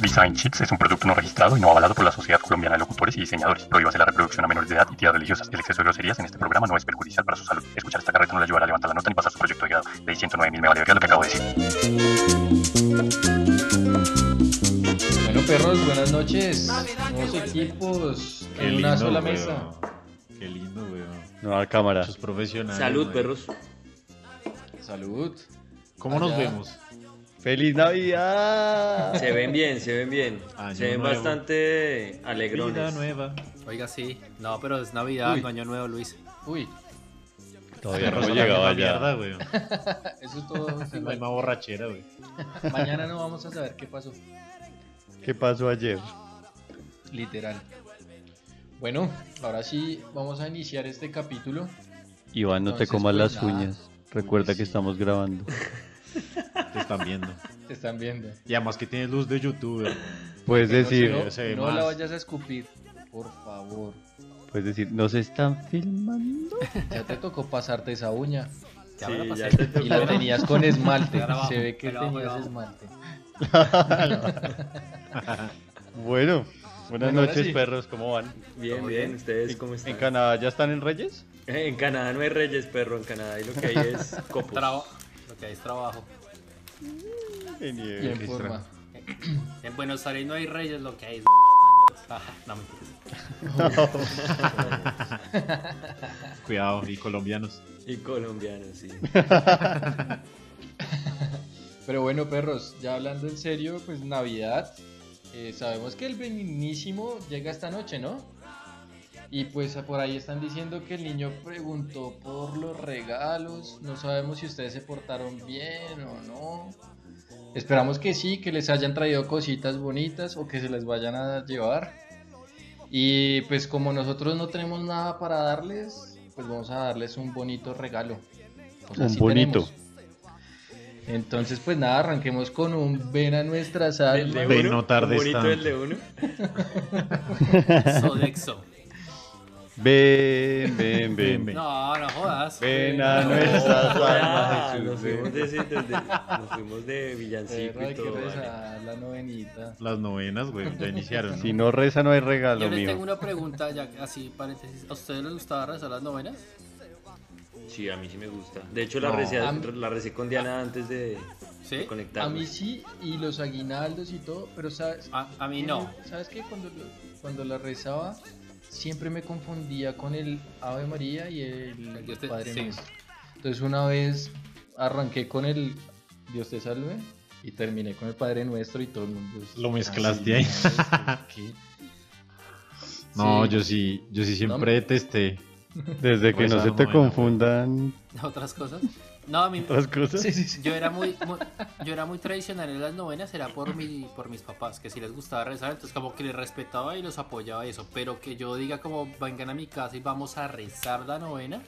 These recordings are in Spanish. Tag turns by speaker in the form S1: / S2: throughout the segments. S1: Design Cheats es un producto no registrado y no avalado por la Sociedad Colombiana de Locutores y Diseñadores. Prohíbase la reproducción a menores de edad y tiras religiosas. El exceso de groserías en este programa no es perjudicial para su salud. Escuchar esta carreta no le ayudará a levantar la nota ni pasar su proyecto de grado. De 109 mil me vale verga lo que acabo de decir.
S2: Bueno, perros, buenas noches. Nuevos equipos en una sola mesa.
S3: Qué lindo, weón.
S4: Nueva cámara.
S3: Muchos profesionales.
S5: Salud,
S3: weón.
S5: perros.
S2: Salud.
S3: ¿Cómo nos
S2: Allá.
S3: vemos?
S4: ¡Feliz Navidad!
S5: Se ven bien, se ven bien.
S3: Año
S5: se ven
S3: nuevo.
S5: bastante
S3: Vida
S5: alegrones.
S3: nueva.
S6: Oiga, sí. No, pero es Navidad,
S2: Uy.
S6: no Año Nuevo, Luis.
S2: Uy,
S4: Todavía no
S3: Perros, la
S4: llegaba ya.
S3: mierda, weón.
S2: eso es todo.
S3: Es la misma borrachera, weón.
S2: Mañana no vamos a saber qué pasó.
S4: ¿Qué pasó ayer?
S2: Literal. Bueno, ahora sí vamos a iniciar este capítulo.
S4: Iván, no te
S2: Entonces, pues,
S4: comas las
S2: nada.
S4: uñas. Recuerda
S2: sí.
S4: que estamos grabando.
S3: Te están viendo.
S2: Te están viendo.
S3: Y además que tiene luz de YouTube, weón.
S4: Puedes decir,
S2: no,
S3: se ve
S2: no la
S3: más.
S2: vayas a escupir, por favor.
S4: puedes decir, nos están filmando.
S2: Ya te tocó pasarte esa uña.
S6: Ya me la
S5: Sí,
S6: pasé.
S5: ya te
S2: Y la tenías con esmalte.
S6: Ahora abajo,
S2: Se ve que
S6: ahora abajo,
S2: tenías
S6: ahora abajo.
S2: esmalte.
S4: Bueno, buenas
S2: Bueno, ahora
S4: noches,
S2: sí.
S4: perros, ¿cómo van?
S5: Bien,
S4: ¿Todo
S5: bien. ¿Ustedes
S4: ¿En-
S5: cómo están?
S4: ¿En Canadá ya están en Reyes?
S5: Eh, en Canadá no hay reyes, perro. En Canadá y lo que hay es copos.
S6: Traba- Lo que hay es trabajo.
S2: Y en
S4: Genial.
S2: forma.
S6: En Buenos Aires no hay reyes, lo que hay es. Ah, no mentiras.
S3: Cuidado, y colombianos.
S5: y colombianos, sí.
S2: Pero bueno, perros, ya hablando en serio, pues Navidad. eh, sabemos que el beninísimo llega esta noche, ¿no? Y pues por ahí están diciendo que el niño preguntó por los regalos. No sabemos si ustedes se portaron bien o no. Esperamos que sí, que les hayan traído cositas bonitas o que se las vayan a llevar. Y pues como nosotros no tenemos nada para darles, pues vamos a darles un bonito regalo. O sea,
S4: Un
S2: sí
S4: bonito.
S2: tenemos. Entonces, pues nada, arranquemos con un ven a nuestras
S5: El
S2: almas.
S5: de
S3: Ven,
S5: uno.
S3: no tardes
S5: bonito
S3: tanto.
S5: el de uno.
S6: Sodexo.
S4: Ven, ven, ven, ven.
S6: No, no jodas.
S4: Ven a
S5: No,
S4: nuestras
S5: ya,
S4: almas, Jesús. eh.
S5: nos, fuimos
S4: ven.
S5: de, desde- nos fuimos de villancico
S2: Perro,
S5: y
S2: hay que
S5: todo. vale.
S2: rezar la novenita.
S3: Las novenas, weón, ya iniciaron. ¿no?
S4: Si no reza, no hay
S6: Yo
S4: regalo,
S6: les tengo
S4: mío.
S6: una pregunta, ya que- así paréntesis. ¿A ustedes les gustaba rezar las novenas?
S5: Sí, a mí sí me gusta. De hecho, la,
S3: No.
S5: recé,
S2: A mí-
S5: la recé con Diana antes de,
S6: ¿Sí?
S2: A
S5: conectarnos.
S2: mí sí, y los aguinaldos y todo, pero sabes.
S6: A, a mí no.
S2: ¿Sabes qué? Cuando, lo- cuando la rezaba, siempre me confundía con el Ave María y el
S6: El Dios te-
S2: Padre
S6: sí.
S2: Nuestro. Entonces, una vez arranqué con el Dios te salve y terminé con el Padre Nuestro y todo el mundo. es-
S3: Lo mezclaste ahí.
S2: ¿Qué?
S3: No,
S2: Sí.
S3: yo sí, yo sí siempre detesté.
S4: Desde que no
S3: Rezar
S4: se te
S3: novena,
S4: confundan
S6: ¿Otras cosas? No, a mí.
S4: otras cosas.
S2: Sí, sí, sí.
S6: Yo era muy, muy- yo era muy tradicional en las novenas, era por mi, por mis papás, que si les gustaba rezar, entonces como que les respetaba y los apoyaba eso, pero que yo diga como vengan a mi casa y vamos a rezar la novena,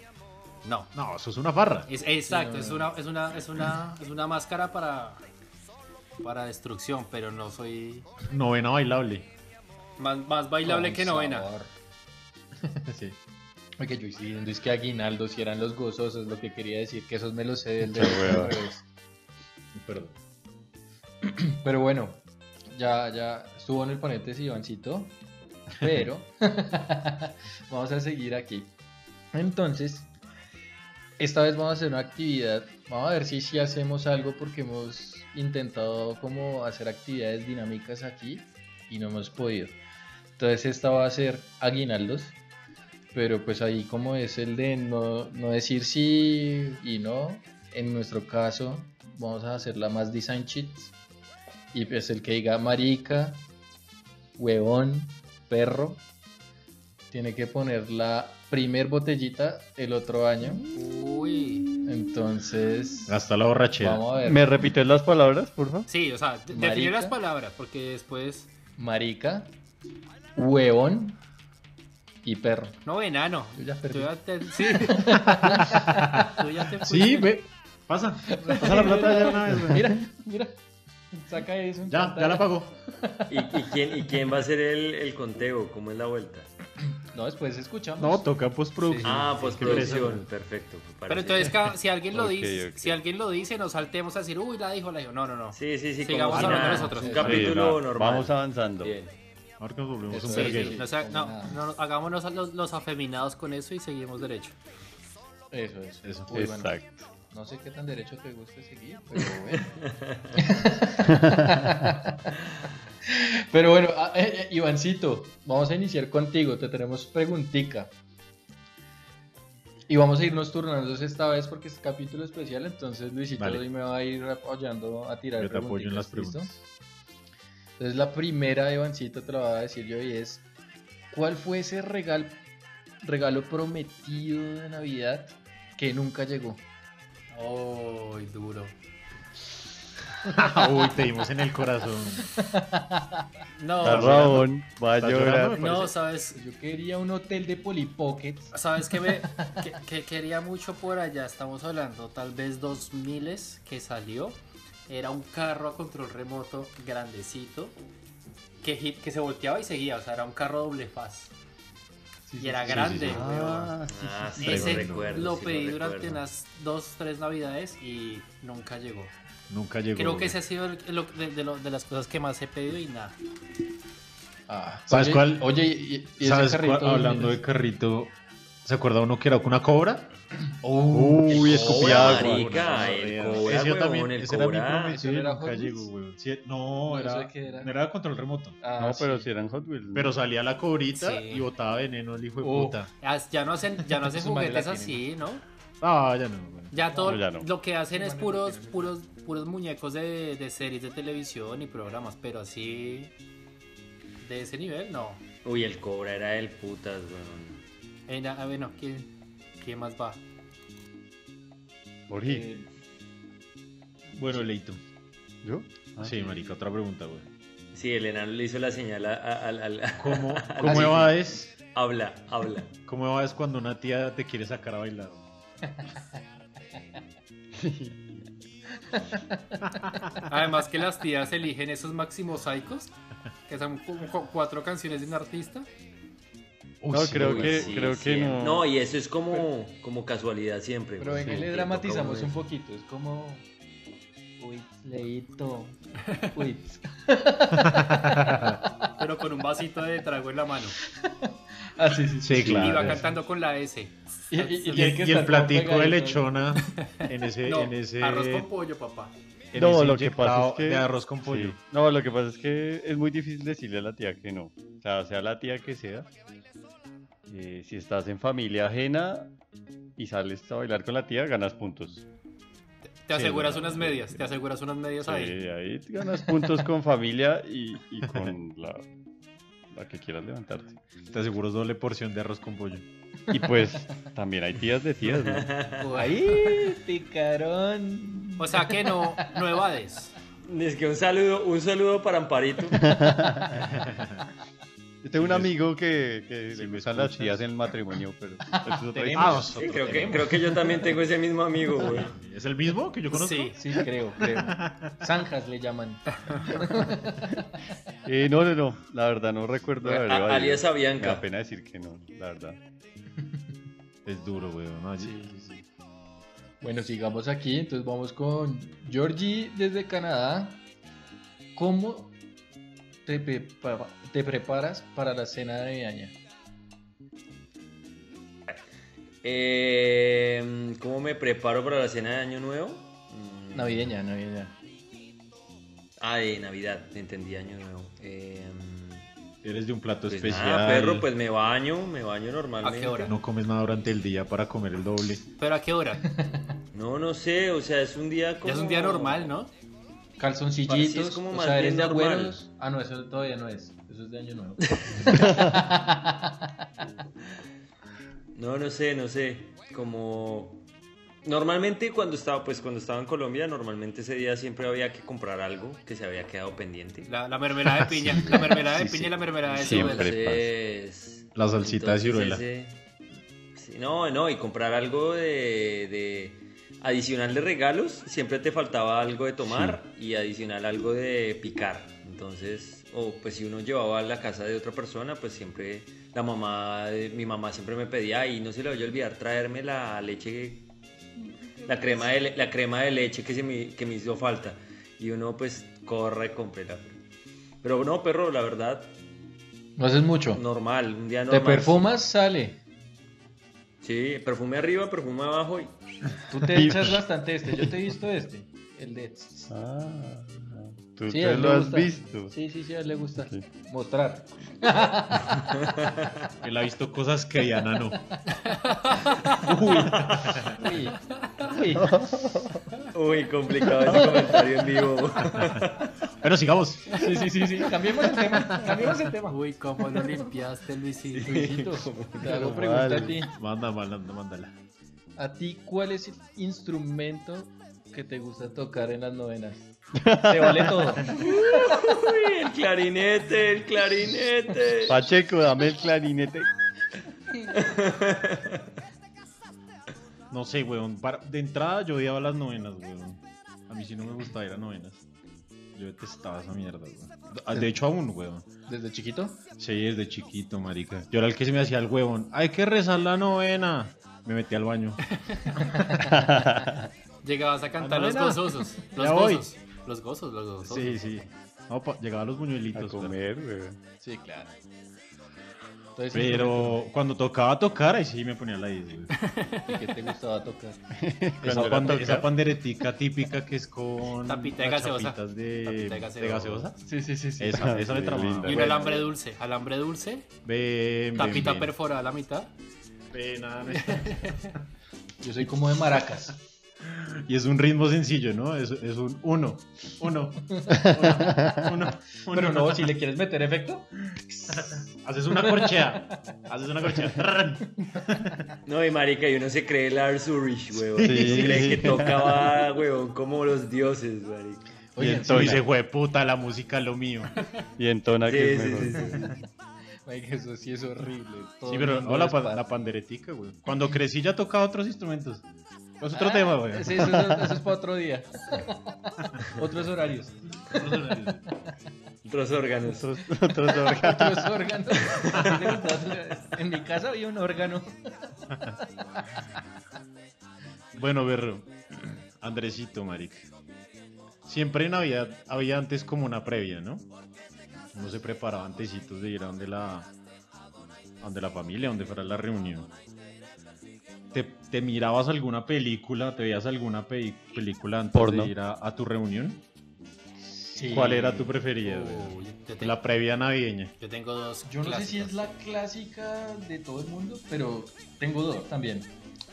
S6: no.
S3: No, eso es una farra.
S6: Es, exacto,
S2: no,
S6: es
S2: no.
S6: una, es una, es una, es una máscara para, para destrucción, pero no soy
S3: Novena bailable.
S6: más, más bailable
S2: Con
S6: que novena.
S2: sabor.
S3: Sí.
S2: Oye, yo estoy diciendo es que aguinaldos si eran los gozosos, lo que quería decir, que esos me los sé del
S4: Qué
S2: dedo,
S4: hueva.
S2: pero es-
S3: Perdón.
S2: Pero bueno, ya, ya estuvo en el paréntesis Ivancito, pero vamos a seguir aquí. Entonces, esta vez vamos a hacer una actividad, vamos a ver si, si hacemos algo porque hemos intentado como hacer actividades dinámicas aquí y no hemos podido. Entonces esta va a ser aguinaldos, pero pues ahí como es el de no, no decir sí y no, en nuestro caso vamos a hacer la más design cheats y pues el que diga marica, huevón, perro, tiene que poner la primer botellita el otro año.
S6: Uy,
S2: Entonces,
S3: Hasta la borrachera.
S2: vamos a ver.
S4: ¿Me repites las palabras, por favor?
S6: sí, o sea, de-
S2: Marica.
S6: definir las palabras, porque después,
S2: Marica, huevón y perro.
S6: novena no,
S2: Yo ya
S6: tú
S2: perdí.
S6: ya te, sí, tú ya te
S3: Sí,
S6: fuiste.
S3: ve. Pasa. Pasa la plata ya de una vez, güey.
S2: Mira, mira. Saca eso. en
S3: Ya, ya
S2: pantalla.
S3: la pagó.
S5: ¿Y, y quién, ¿Y quién va a ser el, el conteo? ¿Cómo es la vuelta?
S2: No, después escuchamos.
S4: No, toca postproducción.
S5: Ah,
S3: impresión.
S5: postproducción, perfecto.
S6: Pero
S5: parece.
S6: entonces, ca- si alguien lo
S4: Ok,
S6: dice,
S4: ok.
S6: si alguien lo dice, nos saltemos a decir, uy, la dijo, la dijo. No, no, no.
S5: Sí, sí, sí.
S6: Sigamos
S5: como si
S6: hablando
S5: nada,
S6: nosotros.
S5: Un
S6: Sí,
S5: capítulo
S4: no,
S5: normal.
S4: Vamos avanzando.
S5: Bien.
S3: Ahora que nos volvemos un
S2: Eso es,
S6: Sí,
S3: verguero.
S6: sí, no, sea-
S2: Como
S6: no,
S2: nada.
S6: no, hagámonos a los, los afeminados con eso y seguimos derecho.
S2: Eso es.
S3: Eso.
S2: Uy, bueno,
S4: Exacto.
S2: no sé qué tan derecho te guste seguir, pero bueno. pero bueno, ah, eh, eh, Ivancito, vamos a iniciar contigo. Te tenemos preguntica. Y vamos a irnos turnando esta vez porque es capítulo especial, entonces Luisito
S3: Vale.
S2: hoy me va a ir apoyando a tirar
S3: Yo te apoyo en las
S2: preguntitas, ¿listo?
S3: preguntas.
S2: Entonces la primera, Ivancito, te la voy a decir yo y es, ¿cuál fue ese regalo, regalo prometido de Navidad que nunca llegó?
S6: Uy, duro.
S3: Ah, Uy, te dimos en el corazón.
S6: No,
S4: Está Rabón, va a
S3: ¿Está
S4: llorar.
S3: llorando?
S6: no,
S3: parece.
S6: sabes,
S2: Pues Yo quería un hotel de Polly Pocket.
S3: Ah,
S6: sabes que me que, que quería mucho por allá. Estamos hablando tal vez 2000 que salió. Era un carro a control remoto grandecito que, gi- que se volteaba y seguía. O sea, era un carro doble faz.
S2: Sí,
S6: y era
S3: sí, sí,
S6: grande,
S3: sí.
S6: weón.
S4: Ah, sí,
S5: Ah, sí,
S3: Pero
S6: Ese
S5: lo
S3: bueno.
S5: recuerdo.
S6: lo
S5: sí,
S6: pedí durante
S5: recuerdo.
S6: unas dos, tres navidades y nunca llegó.
S3: Nunca llegó.
S6: Creo que
S3: güey.
S6: ese ha sido el- lo- de, de lo- de las cosas que más he pedido y nada.
S2: Ah,
S3: ¿Sabes
S2: oye,
S3: cuál?
S2: Oye, y, y- y
S3: ¿Sabes
S2: ese carrito
S3: cuál? Hablando de carrito, ¿se acuerda uno que era una cobra?
S4: Uy, escupí
S5: Cobra,
S4: agua.
S5: marica,
S4: No, no
S5: el
S4: sabía.
S5: cobra,
S3: Ese yo
S5: huevón,
S3: también,
S5: el
S3: ese era mi
S5: cobra.
S3: promesa,
S2: ¿Eso era
S3: nunca
S2: Hot Wheels?
S3: llegó, güey. Sí, no,
S2: No,
S3: era,
S2: eso qué era.
S3: no era control remoto.
S2: Ah,
S4: No, pero
S2: sí.
S4: si eran Hot Wheels. ¿no?
S3: Pero salía la cobrita
S6: Sí.
S3: y botaba veneno el hijo de
S2: Oh.
S3: puta.
S6: Ah, Ya no hacen, ya no hacen
S2: Su madre la
S6: juguetes así, ¿no?
S3: Ah, ya no. güey.
S6: Ya todo
S4: ya no.
S6: lo que hacen es
S2: Su madre la
S6: puros,
S2: tiene.
S6: puros, puros muñecos de, de series de televisión y programas, pero así de ese nivel no.
S5: Uy, el cobra era el putas, weón.
S6: Eh, na- ah, bueno, ¿quién, quién más va?
S4: Ori,
S2: Eh,
S3: Bueno, Leito.
S4: ¿Yo? Ah,
S3: Sí, marica, otra pregunta, güey.
S5: Sí, el enano le hizo la señal a- a- al. al-
S3: ¿Cómo,
S4: Ah,
S5: al-
S3: cómo
S5: sí,
S3: evades,
S5: sí. Habla, habla.
S3: cómo evades cuando una tía te quiere sacar a bailar?
S6: Además que las tías eligen esos máximos psychos, que son cu- cu- cuatro canciones de un artista.
S3: Uy,
S4: No,
S3: sí,
S4: creo
S3: güey.
S4: que- creo que
S5: siempre.
S4: no.
S5: No, y eso es como, como casualidad siempre.
S2: pero
S5: weón.
S2: venga,
S5: Sí,
S2: le
S5: que
S2: dramatizamos
S5: toca
S2: un
S5: uno
S2: poquito. Es como. Uy, leíto. Uy.
S6: pero con un vasito de trago en la mano.
S2: Ah, sí, sí.
S3: Sí,
S6: y va
S3: claro.
S6: cantando con la S.
S2: Y,
S3: Y,
S2: tiene que
S3: y
S2: estar
S3: el
S2: todo
S3: platico de
S2: pegadito.
S3: lechona en ese,
S6: No,
S3: en ese,
S6: arroz con pollo, papá.
S3: en
S4: No,
S3: ese
S4: lo que pasa
S3: inyectado
S4: es que.
S3: de arroz con pollo.
S4: Sí. No, lo que pasa es que es muy difícil decirle a la tía que no. O sea, sea la tía que sea. eh, si estás en familia ajena y sales a bailar con la tía, ganas puntos.
S6: Te
S3: Sí,
S6: aseguras
S3: bueno,
S6: unas
S3: sí,
S6: medias,
S3: sí.
S6: te aseguras unas medias
S4: Sí,
S6: ahí.
S4: Eh, ahí te ganas puntos con familia y, y con la, la que quieras levantarte.
S3: Te aseguro doble porción de arroz con pollo.
S4: Y pues también hay tías de tías, ¿no?
S2: Ahí, picarón.
S6: O sea que no, no evades.
S5: Es que un saludo, un saludo para Amparito.
S4: Yo tengo un amigo que, que
S3: Si
S4: le
S3: me
S4: gustan las
S3: escuchas.
S4: tías en el matrimonio, pero eso es
S2: Tenemos.
S4: otra historia.
S3: nosotros
S5: creo, que,
S3: tenemos.
S5: creo que yo también tengo ese mismo amigo, güey.
S3: ¿Es el mismo que yo conozco?
S6: Sí.
S2: Sí, creo, creo. Zanjas le llaman.
S4: Eh, no, no, no, la verdad no recuerdo. haber
S5: A-
S4: evadido.
S5: alias
S4: Me
S5: a
S4: da
S5: Bianca.
S4: pena decir que no, la verdad.
S3: Es duro, güey. ¿no?
S2: Bueno, sigamos aquí. Entonces vamos con Georgie desde Canadá. ¿Cómo te, prepa- te preparas para la cena de Aña?
S5: Eh, ¿Cómo me preparo para la cena de Año Nuevo? Mm,
S2: Navideña, navideña.
S5: Ah, de Navidad, entendí Año Nuevo. Eh,
S3: Eres de un plato
S5: Pues
S3: especial.
S5: nada, perro, pues me baño, me baño normalmente.
S6: ¿A qué hora?
S3: No comes nada durante el día para comer el doble.
S6: Pero a qué hora?
S5: No, no sé, o sea, es un día como...
S6: Ya es un día normal, ¿no?
S5: Parece
S2: Calzoncillitos,
S5: es como
S2: o
S5: más
S2: sea,
S5: bien
S2: eres de
S5: normal.
S2: agüeros. Ah, no, eso todavía no es. Eso es de año nuevo.
S5: No, no sé, no sé, como... Normalmente cuando estaba, pues cuando estaba en Colombia, normalmente ese día siempre había que comprar algo que se había quedado pendiente.
S6: La, la mermelada de piña, la mermelada de
S4: Sí, sí.
S6: piña y la mermelada de
S4: Siempre.
S6: ciruela.
S5: Entonces,
S3: La salsita de ciruela.
S5: ese- sí, no, no, y comprar algo de, de- adicional de regalos, siempre te faltaba algo de tomar y adicional algo de picar. Entonces, o pues si uno llevaba a la casa de otra persona, pues siempre la mamá, de- mi mamá siempre me pedía, y no se le voy a olvidar traerme la leche, la crema de, le- la crema de leche que, se me, que me hizo falta. Y uno pues corre y compra. la- Pero no, perro, la verdad,
S2: No haces mucho.
S5: normal, un día
S2: Te
S5: normal.
S2: perfumas, sale.
S5: Sí, perfume arriba, perfume abajo. Y...
S2: Tú te echas bastante este. Yo te he visto este. El de.
S4: Ah, tú
S2: Sí, a
S4: te
S2: él
S4: lo
S2: le
S4: has
S2: gusta.
S4: visto.
S2: Sí, sí, sí, a él le gusta
S4: Sí.
S2: mostrar.
S3: Él ha visto cosas que Diana no.
S2: Uy, uy.
S5: Uy, complicado ese comentario en vivo.
S3: Bueno, sigamos.
S2: Sí, sí, sí, sí. Cambiemos el tema. Cambiemos el tema.
S6: Uy, cómo lo limpiaste, Luisito.
S2: Luisito, te hago
S4: Normal.
S2: pregunta a ti.
S3: Manda, manda, mándala.
S2: ¿A ti cuál es el instrumento que te gusta tocar en las novenas? Te vale todo.
S5: Uy, el clarinete, el clarinete.
S4: Pacheco, dame el clarinete.
S3: No sé, weón. para- De entrada yo odiaba las novenas, weón. A mí sí no me gustaba ir a novenas. Yo detestaba esa mierda, weón. Ah, De hecho, aún, weón.
S2: ¿Desde chiquito?
S3: Sí, desde chiquito, marica. Yo era el que se me hacía el huevón. Hay que rezar la novena. Me metí al baño.
S6: Llegabas a cantar los
S3: Manuela.
S6: gozosos. Los
S3: Ya voy.
S6: gozos. Los gozos, los gozosos.
S3: Sí, sí. No, pa- llegaba a los
S4: A
S3: buñuelitos. weón.
S4: comer, weón.
S2: Sí, claro. Entonces,
S3: Pero cuando tocaba tocar, ahí sí me ponía la 10, weón.
S2: ¿y ¿Qué te gustaba tocar?
S3: Esa,
S4: Cuando era
S3: pande-
S4: tocar.
S3: esa panderetica típica que es con
S6: Tapita de
S3: las
S6: gaseosa.
S3: chapitas de,
S6: Tapita de
S3: de
S6: gaseosa.
S3: gaseosa.
S2: Sí, sí, sí, sí.
S3: Esa, esa me
S4: Sí,
S3: tramaba.
S4: linda.
S6: Y un
S4: Bueno.
S6: alambre dulce. Alambre dulce.
S3: Ven, ven,
S6: Tapita
S3: ven.
S6: perforada a la mitad.
S3: Pena, no está-
S2: Yo soy como de maracas.
S3: Y es un ritmo sencillo, ¿no? Es, es un uno, uno, uno, uno, uno.
S2: Pero no, si le quieres meter efecto.
S3: Haces una corchea. Haces una corchea.
S5: No, y marica, y uno se cree Lars Ulrich, weón.
S3: Sí,
S5: Uno cree
S3: sí.
S5: que tocaba, weón, como los dioses, marica.
S3: y
S2: Oye,
S3: entonces dice, puta, la música es lo mío.
S4: Y entona que
S5: Sí,
S4: es
S5: sí,
S4: Ah, mejor.
S5: sí, sí, sí.
S2: Oiga, eso sí es horrible. Todo
S3: Sí,
S2: el
S3: pero pues,
S2: mundo
S3: no la, pa-
S2: despara.
S3: la panderetica, güey. Cuando crecí ya tocaba otros instrumentos. Es otro
S2: Ah,
S3: tema, güey.
S2: sí, eso, eso- eso es para otro día. Otros horarios.
S5: Otros órganos.
S4: Otros, otros órganos.
S2: Otros órganos. ¿A ti te gustaba? En mi casa había un órgano.
S3: Bueno, Berro. Andresito, marica. Siempre en Navidad había antes como una previa, ¿no? Uno se preparaba antesitos de ir a donde la, a donde la familia, donde fuera la reunión. ¿Te, te mirabas alguna película? ¿Te veías alguna pe- película antes
S4: Porno.
S3: de ir a, a tu reunión?
S2: Sí.
S3: ¿Cuál era tu preferida? güey?
S6: Uy, yo, te-
S3: La previa navideña.
S6: yo tengo dos.
S2: Yo no sé si
S6: clásicas.
S2: es la clásica de todo el mundo, pero tengo dos también.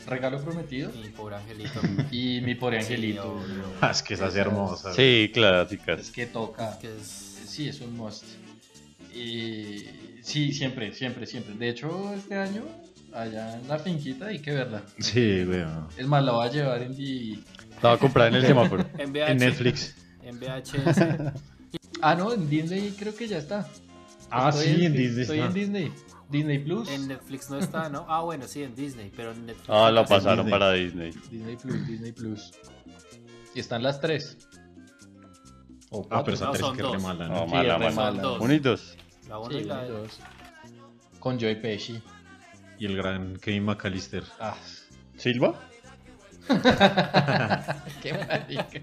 S2: Regalo prometido
S6: Mi pobre angelito.
S2: y mi pobre angelito.
S6: Sí, obvio.
S3: Ah, es que esa es hermosa. güey.
S4: Sí,
S2: Es
S4: clásicas.
S2: que toca.
S6: Que es-
S2: Sí, es un must. Y sí, siempre, siempre, siempre. De hecho, este año, allá en la finquita hay que verla.
S3: Sí, güey. no.
S2: Es más, la voy a llevar en mi...
S4: Estaba a comprar en el semáforo.
S6: En
S3: En
S6: VHS.
S3: Netflix.
S6: En VHS.
S2: Ah, no, en Disney creo que ya está.
S3: Ah,
S2: Estoy
S3: sí, en Disney.
S2: Estoy
S3: está.
S2: en Disney. Disney Plus.
S6: En Netflix no está, ¿no? Ah, bueno, sí, en Disney, pero en Netflix.
S4: Ah, la
S6: no está.
S4: pasaron
S3: Disney.
S4: para Disney.
S2: Disney Plus, Disney Plus. Y están las tres.
S3: Ah, pero esa
S6: No,
S3: tres
S6: son
S3: que
S6: dos.
S3: re mala,
S4: No,
S3: ¿no?
S2: es
S4: mala,
S2: re
S4: mala.
S2: mala.
S6: dos.
S4: Uno y dos.
S6: La uno
S2: Sí,
S6: y la
S2: una y
S6: dos.
S2: dos. Con Joy Pesci.
S3: Y el gran Kevin McAllister.
S2: Ah,
S4: ¿Silva?
S2: qué marica.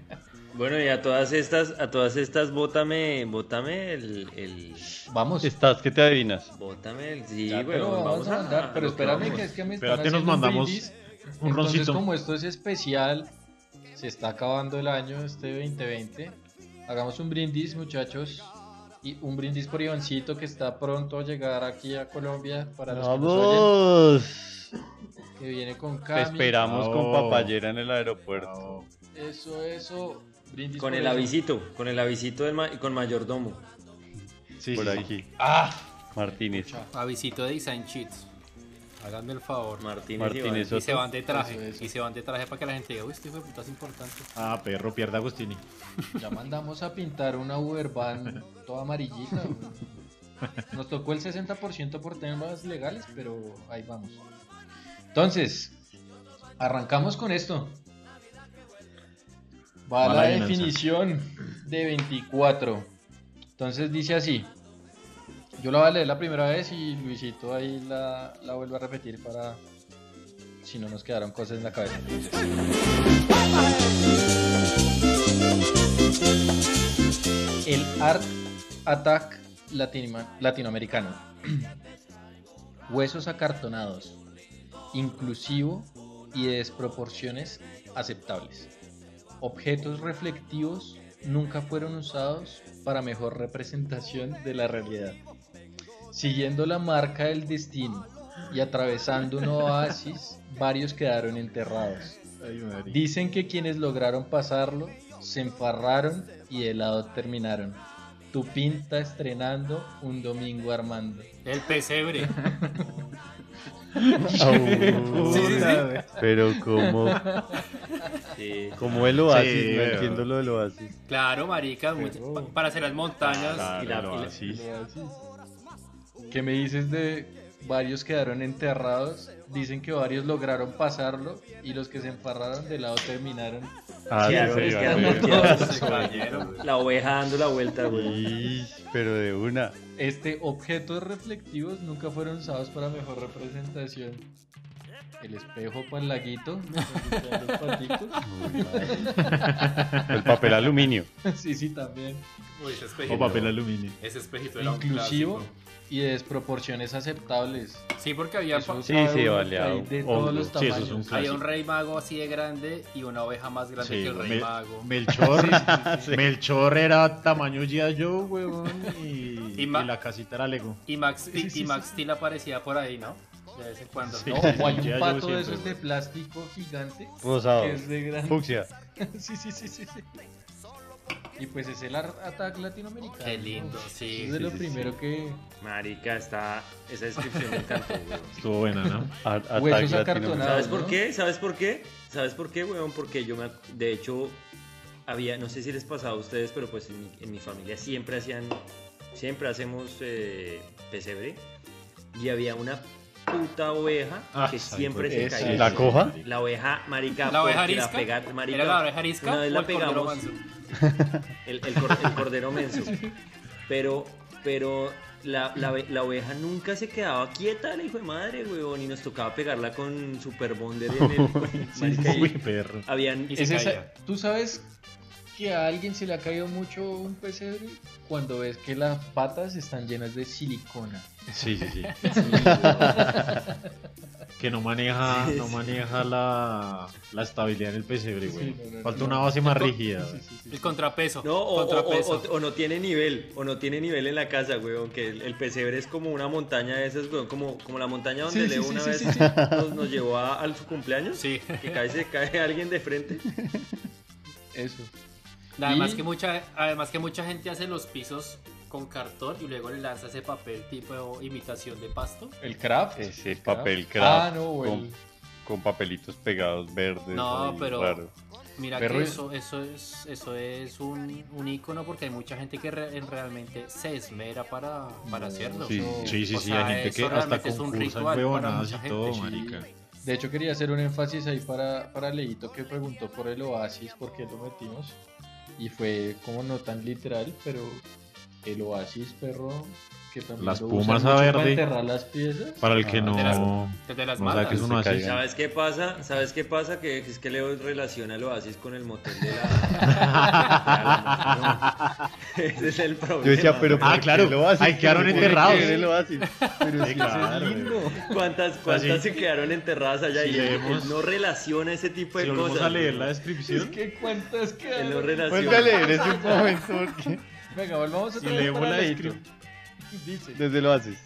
S5: Bueno, y a todas estas, a todas estas, bótame, bótame el, el,
S2: Vamos.
S4: Estás, ¿qué te adivinas?
S5: bótame el, sí,
S2: Ya,
S5: weón,
S2: pero vamos a mandar. Pero
S5: lo que
S2: espérame
S5: vamos.
S2: que es que me están
S3: Espérate,
S2: haciendo
S3: nos
S2: un
S3: mandamos
S2: brindis.
S3: un
S2: Entonces,
S3: roncito.
S2: como esto es especial, se está acabando el año este 2020. Hagamos un brindis, muchachos. Y un brindis por Ivancito que está pronto a llegar aquí a Colombia para los que nos oyen.
S4: ¡Vamos!
S2: que viene con
S4: Te
S2: Cami.
S4: esperamos con
S3: Oh.
S4: papallera en el aeropuerto.
S3: Bravo.
S2: Eso, eso. Brindis
S5: Con
S2: por
S5: el
S2: eso.
S5: avisito, con el avisito del ma- y con mayordomo.
S3: Sí,
S4: por
S3: sí, sí.
S4: aquí.
S2: Ah.
S4: Martínez.
S6: Avisito de Design Cheats. Háganme el favor.
S5: Martínez,
S4: Martínez
S5: Iván.
S6: Y se
S4: Soto.
S6: van de traje.
S2: Eso, eso.
S6: Y se van de traje para que la gente diga, uy, este hijo de puta es importante.
S3: Ah, perro, pierde Agostini.
S2: Ya mandamos a pintar una Uber van toda amarillita. güey. Nos tocó el 60% por temas legales, pero ahí vamos. Entonces, arrancamos con esto. Va
S3: Va
S2: la
S3: la adivinanza.
S2: definición de 24. Entonces dice así. Yo la voy a leer la primera vez y Luisito ahí la, la vuelve a repetir para si no nos quedaron cosas en la cabeza. El Art Attack latinima- latinoamericano. Huesos acartonados. Inclusivo y de desproporciones aceptables. Objetos reflectivos nunca fueron usados para mejor representación de la realidad. Siguiendo la marca del destino y atravesando un oasis, varios quedaron enterrados.
S3: Ay, marica.
S2: Dicen que quienes lograron pasarlo se enfarraron y de lado terminaron. Tu pinta estrenando un domingo armando.
S6: El pesebre.
S4: Au.
S6: Sí, sí, sí.
S4: Pero como,
S5: Sí.
S4: como el oasis,
S3: Sí,
S4: no
S3: pero-
S4: entiendo lo del oasis.
S6: Claro, marica, muy- pa- para hacer las montañas.
S5: y la-
S3: Claro,
S5: y la-
S3: así.
S2: ¿Qué me dices de varios quedaron enterrados? Dicen que varios lograron pasarlo y los que se enfarraron de lado terminaron.
S4: Ah, sí,
S5: Quedaron-
S4: se iba,
S5: quedaron
S4: güey.
S5: bloqueados.
S6: Se cayeron.
S5: La oveja dando la vuelta, güey.
S4: Ish, pero de una.
S2: Este, objetos reflectivos nunca fueron usados para mejor representación. El espejo para el laguito. donde quedan los paticos.
S4: El papel aluminio.
S2: Sí, sí, también.
S6: Uy, ese
S3: O
S6: espejito.
S3: papel aluminio.
S6: Ese espejito era un
S2: Inclusivo
S6: clásico.
S2: y de desproporciones aceptables.
S6: Sí, porque había,
S2: Eso
S6: pa-
S4: Sí,
S2: sabe
S4: sí,
S2: uno
S4: vale,
S2: que hay
S4: a-
S2: De
S4: hongo.
S2: todos los
S3: Sí, eso
S2: tamaños.
S3: es un
S6: había un
S3: clásico.
S6: rey mago así de grande y una oveja más grande
S3: Sí,
S6: que el rey
S3: me-
S6: mago.
S3: Melchor, Melchor era tamaño G.I. Joe, huevón, y,
S6: Y ma-
S3: y la casita era Lego.
S6: Y Max, Steel-
S2: Sí, sí,
S6: y
S2: sí.
S6: Max Steel aparecía por ahí, ¿no? De vez en cuando.
S3: Sí.
S2: No,
S6: ¿no?
S2: o hay
S3: Ya
S2: un
S3: yo
S2: pato de
S3: siempre,
S2: esos de
S3: güey.
S2: plástico gigante
S4: Rosado.
S2: que es de grande.
S4: Fucsia.
S2: Sí, sí, sí, sí, sí. Y pues es el ar- ataque latinoamericano.
S6: Qué lindo,
S2: ¿no?
S6: sí.
S2: Es de lo
S4: sí, sí.
S2: primero que.
S5: Marica, está. Esa descripción me encantó, güey.
S3: Estuvo buena, ¿no?
S4: A-
S2: Huesos
S4: ataque latinoamericano.
S2: acartonados.
S5: ¿Sabes
S2: ¿no?
S5: por qué? ¿Sabes por qué? ¿Sabes por qué, weón? Porque yo me. ac- De hecho, había. No sé si les pasaba a ustedes, pero pues en mi, en mi familia siempre hacían. Siempre hacemos eh, pesebre. Y había una puta oveja
S3: Ah,
S5: que
S3: esa
S5: siempre se
S2: esa,
S5: caía.
S4: ¿La coja?
S5: La oveja, marica.
S6: ¿La oveja
S5: porque la
S6: arisca?
S5: pega- marica,
S6: ¿Era la oveja arisca
S5: Una vez
S6: o
S5: la
S6: el cordero
S5: pegamos.
S6: manso?
S5: El, el cor- el cordero menso. Pero, pero la, la ove- la oveja nunca se quedaba quieta, la hijo de madre, weón. Y nos tocaba pegarla con Super Bonder en el. marica, y
S3: Uy, perro.
S5: habían.
S6: Y
S2: Es
S6: se
S2: esa-
S6: caía.
S2: ¿Tú sabes que a alguien se le ha caído mucho un pesebre? Cuando ves que las patas están llenas de silicona.
S3: Sí, sí, sí. que no maneja, no maneja la, la estabilidad en el pesebre, güey.
S2: Sí, no, no,
S3: Falta
S2: no.
S3: una base más rígida.
S2: Sí, sí, sí.
S6: El contrapeso.
S5: No, o, o-
S6: contrapeso.
S5: o- o no tiene nivel, o no tiene nivel en la casa, weón. Que el, el pesebre es como una montaña de esas, weón. Como, como la montaña donde
S2: Sí, sí,
S5: Leo
S2: sí,
S5: una
S2: sí,
S5: vez
S2: sí, sí.
S5: Nos, nos llevó a, al su cumpleaños.
S6: Sí.
S5: Que cae, se cae alguien de frente.
S2: Eso.
S6: Además,
S2: Y-
S6: que mucha, además que mucha gente hace los pisos con cartón y luego le lanza ese papel tipo imitación de pasto.
S2: El craft.
S4: Ese
S2: El
S4: papel
S2: Ah,
S4: craft
S2: no, o
S4: con,
S2: el-
S4: con papelitos pegados verdes.
S6: No,
S4: ahí,
S6: pero-
S4: raro.
S6: Mira
S2: Perro
S6: que
S2: es-
S6: eso, eso es, eso es un, un icono porque hay mucha gente que re- realmente se esmera para, para hacerlo.
S4: Sí,
S2: eso-
S3: Sí, sí,
S6: O
S3: sí,
S6: sea,
S3: hay gente
S6: eso
S3: que hasta
S6: realmente es un
S3: concursa en
S6: ritual para
S3: huevonadas
S6: mucha
S3: y todo,
S2: sí.
S6: gente,
S3: marica.
S2: De hecho, quería hacer un énfasis ahí para, para Leito que preguntó por el oasis, por qué lo metimos. Y fue como no tan literal, pero el oasis, perro, que también
S3: Las
S2: lo
S3: pumas
S2: usan
S3: a
S2: mucho para
S3: verde.
S2: enterrar las piezas.
S3: Para el que
S4: Ah,
S3: no,
S6: de las-
S3: no
S6: Desde las
S3: sabe
S6: malas.
S3: que es uno
S4: Se
S3: así.
S4: caigan.
S5: ¿Sabes qué pasa? ¿Sabes qué pasa? Que es que Leo relaciona el oasis con el motel de la. Ese es el problema.
S4: Yo decía, pero
S3: Ah,
S4: ¿por qué
S3: claro,
S4: lo haces?
S3: ahí quedaron
S4: ¿Por qué
S3: enterrados.
S4: lo haces? Pero
S3: Sí,
S4: sí, claro,
S3: claro,
S4: güey.
S3: güey.
S5: ¿Cuántas, cuántas
S3: Así-
S5: se quedaron enterradas allá?
S3: Si
S5: y él,
S3: leemos-
S5: él no relaciona ese tipo de
S3: Si volvemos
S5: cosas.
S3: a leer
S5: ¿no?
S3: la
S2: Es
S3: descripción,
S2: que cuántas
S5: Él no
S2: quedan.
S5: relaciona.
S4: Vuelve a leer ese momento porque
S2: Venga, volvamos a
S3: si leemos la descripción.
S2: Dice,
S4: desde lo haces.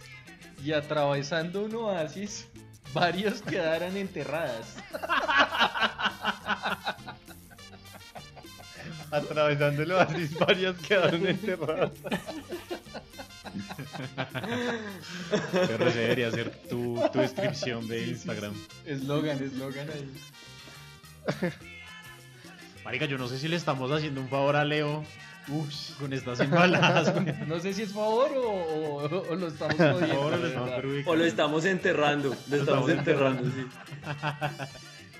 S2: y atravesando un oasis, varios quedaron enterradas.
S4: Atravesando el oasis, varias quedaron enterradas.
S3: Pero ese debería ser tu, tu descripción de Instagram.
S2: Eslogan, eslogan ahí.
S3: Marica, yo no sé si le estamos haciendo un favor a Leo con estas embaladas. este güey.
S2: No sé si es favor o, o- o lo estamos jodiendo.
S3: Ahora
S2: de
S3: lo estamos
S2: verdad.
S5: O
S3: perjudicando.
S5: lo estamos enterrando. Lo estamos
S3: estamos
S5: enterrando, sí.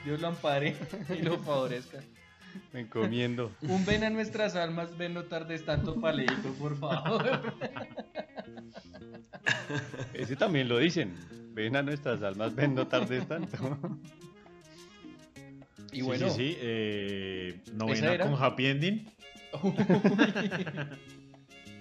S2: Dios lo ampare y lo favorezca.
S4: Me encomiendo.
S2: Un ven a nuestras almas, ven no tardes tanto paleito, por favor.
S4: Ese también lo dicen. Ven a nuestras almas, ven, no tardes tanto.
S2: Y bueno,
S3: Sí, sí, sí, eh,
S2: ¿Esa
S3: novena
S2: era?
S3: con Happy Ending.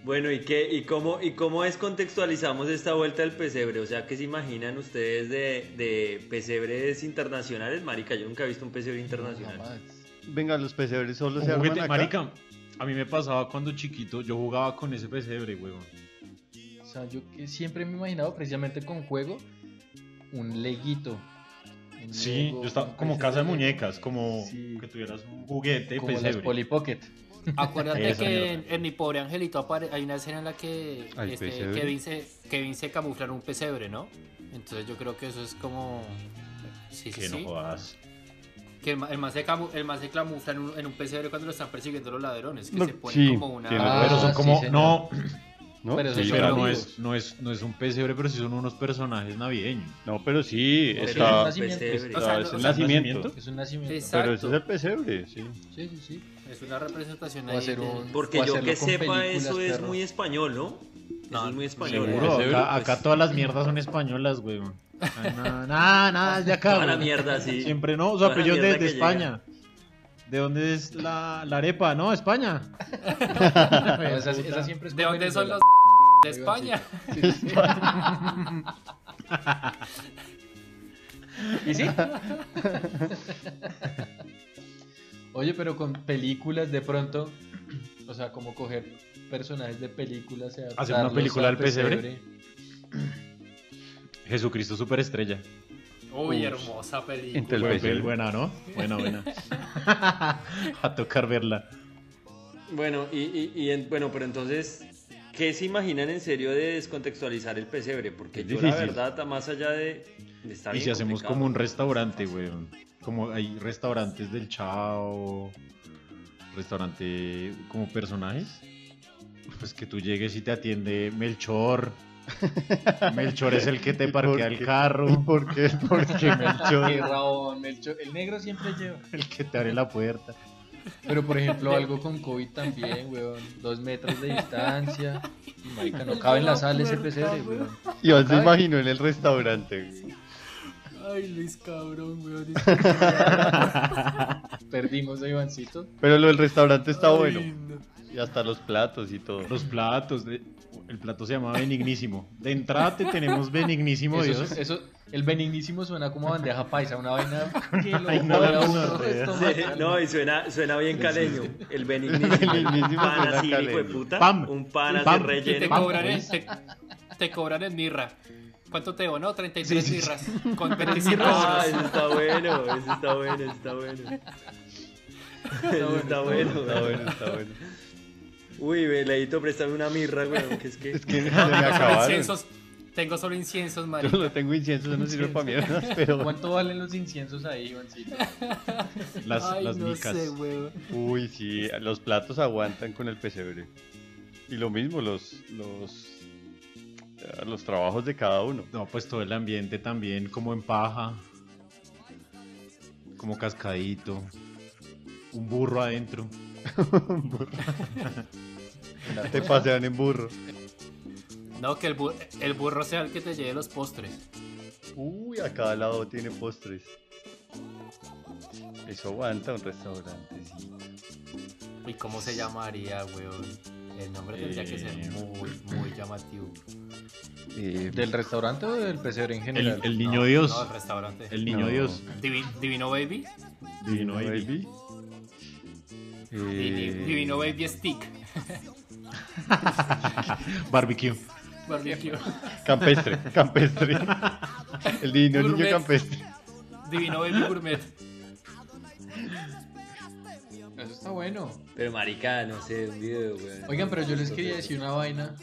S5: Bueno, ¿y qué, y cómo, y cómo descontextualizamos esta vuelta del pesebre? O sea, ¿qué se imaginan ustedes de, de pesebres internacionales? Marica, yo nunca he visto un pesebre internacional.
S2: jamás.
S4: Venga, los pesebres solo se
S3: Un
S4: arman
S3: juguete-
S4: acá.
S3: marica, a mí me pasaba cuando chiquito, yo jugaba con ese pesebre, huevón.
S2: O sea, yo que siempre me he imaginado precisamente con juego un leguito. Un
S3: Sí,
S2: lego,
S3: yo estaba
S2: un
S3: como
S2: pesebre,
S3: casa de muñecas, como
S2: Sí.
S3: que tuvieras un juguete
S2: Como las
S3: pesebre.
S2: Polly Pocket.
S6: Acuérdate
S3: Esa
S6: que
S3: mierda.
S6: en, en mi pobre angelito apare- hay una escena en la que
S4: Ay,
S6: este,
S4: pesebre.
S6: Kevin, se, Kevin se camufla en un pesebre, ¿no? Entonces yo creo que eso es como. Sí, sí,
S3: Que no
S6: sí.
S3: jodas.
S6: Que el, ma- el man se camu- el man se camufla en un, en un pesebre cuando lo están persiguiendo los ladrones. Que
S4: No,
S6: se pone
S4: sí,
S6: como una.
S4: tiene
S2: Ah,
S3: pero son
S2: sí,
S3: como.
S2: señor.
S3: no,
S4: ¿No?
S2: Pero
S4: Sí,
S2: esos son
S3: pero
S2: amigos.
S3: no es, no, es, no es un pesebre, pero sí son unos personajes navideños.
S4: No, pero sí,
S5: Pero
S4: está,
S5: es un pesebre.
S4: está-
S6: O sea,
S4: es el
S6: no- o sea,
S4: nacimiento.
S2: Es un nacimiento.
S6: Exacto.
S4: Pero ese es el pesebre, sí.
S2: Sí, sí, sí.
S6: Ah, Es una representación
S2: O
S6: ahí.
S2: hacer
S6: del-
S2: un-
S5: Porque
S2: O
S5: yo
S2: hacerlo
S5: que
S2: con
S5: sepa, eso
S2: películas,
S5: es
S2: perro.
S5: muy español, ¿no?
S6: No,
S5: eso es muy español.
S3: Seguro,
S4: Pesebre,
S3: acá, acá
S5: pues,
S3: todas las mierdas son españolas, weón. Nada, nada, de acá.
S5: toda la
S3: weón.
S5: mierda, sí.
S3: Siempre no, o
S5: Toda
S3: sea,
S5: la
S3: pero yo
S5: mierda
S3: de, de
S5: que
S3: España. ¿De dónde es la, la arepa? No, España.
S2: No, esa, esa siempre es
S6: ¿De
S2: con
S6: dónde son
S2: Venezuela.
S6: las de España?
S2: Sí, sí, sí. ¿Y sí? Oye, pero con películas de pronto, o sea, como coger personajes de películas. y adaptarlos
S3: película
S2: al
S3: del pesebre? Jesucristo Superestrella.
S6: Uy, hermosa película.
S4: Entre el
S5: Pues
S3: Buen-
S4: pesebre.
S3: Buena, ¿no? Buena, buena. A tocar verla.
S5: Bueno, y, y- y en- bueno, pero entonces, ¿qué se imaginan en serio de descontextualizar el pesebre? Porque
S4: Es
S5: yo la
S4: difícil.
S5: verdad, más allá de, de estar
S3: y
S5: bien
S3: si hacemos
S5: complicado.
S3: como un restaurante, weón. Como hay restaurantes del Chao. Restaurante como personajes. Pues que tú llegues y te atiende Melchor. Melchor es el que te
S4: ¿Y por
S3: parquea el
S4: qué?
S3: carro.
S4: ¿Por qué? Porque
S2: Y
S4: Melchor.
S2: Raón, Melchor- el negro siempre lleva.
S3: El que te abre la puerta.
S2: Pero por ejemplo, algo con COVID también, weón. Dos metros de distancia. Marica, no cabe en la sala ese pesebre, weón.
S4: Iván se imaginó en el restaurante. güey.
S6: Ay, Luis, cabrón, weón.
S2: Perdimos a Ivancito.
S4: Pero lo del restaurante está
S6: Ay,
S4: bueno.
S6: no.
S4: Y hasta los platos y todo.
S3: Los platos. de- El plato se llama Benignísimo. De entrada te tenemos Benignísimo
S2: Eso,
S3: Dios.
S2: eso, el benignísimo suena como bandeja paisa, una vaina que lo
S3: Ay, no,
S2: joda
S3: no,
S2: uno
S3: no,
S2: el resto,
S5: Sí,
S2: marica.
S5: no, y suena, suena bien caleño. El benignísimo.
S4: El benignísimo
S5: un pan
S4: suena
S5: así, hijo de
S4: caleño.
S5: puta.
S3: Pam.
S5: un pan así
S3: Pam.
S6: Y te
S5: relleno.
S3: Vamos,
S6: cobran, en,
S3: pues.
S6: te, te cobran en mirra. ¿Cuánto te no? 33
S3: Sí, sí, sí.
S6: mirras. Con 25
S5: Ah, eso
S6: euros.
S5: está bueno, eso está bueno, eso está bueno. Eso está bueno.
S4: Está bueno, está bueno.
S5: Uy, Beleito, préstame una mirra, güey, que es que...
S4: Es que se me
S6: Tengo solo
S4: acabaron.
S6: inciensos. Tengo solo inciensos,
S4: Yo
S6: marica.
S4: no tengo incienso, eso no sirve para mierdas, pero.
S2: ¿Cuánto valen los inciensos ahí, Ivancito?
S3: Las,
S6: Ay,
S3: las
S6: no
S3: micas.
S6: sé, weón.
S4: Uy, sí, los platos aguantan con el pesebre. Y lo mismo, los. los. eh, los trabajos de cada uno.
S3: No, pues todo el ambiente también, como en paja, como cascadito, un burro adentro.
S4: Te pasean en burro.
S6: No, que el, bu- el burro sea el que te lleve los postres.
S4: Uy, a cada lado tiene postres. Eso aguanta un restaurante, sí.
S6: ¿Y cómo se llamaría, weón? El nombre tendría que ser
S3: Eh,
S6: muy, muy llamativo.
S4: Eh,
S2: ¿Del restaurante o del pesebre en
S3: El,
S2: general?
S3: el
S6: No,
S3: niño Dios,
S6: No, el restaurante.
S3: el niño
S4: No.
S3: Dios,
S6: Divi- Divino Baby.
S3: divino baby.
S4: Baby.
S6: Divi-
S4: Eh,
S6: Divino Baby Stick.
S3: barbecue.
S6: Barbecue.
S4: Campestre, campestre. El niño, niño
S6: Gourmet.
S4: campestre.
S6: Divino Baby Gourmet.
S2: Eso está bueno.
S5: Pero marica, no sé, un video, güey.
S2: Oigan, pero yo les quería decir una vaina.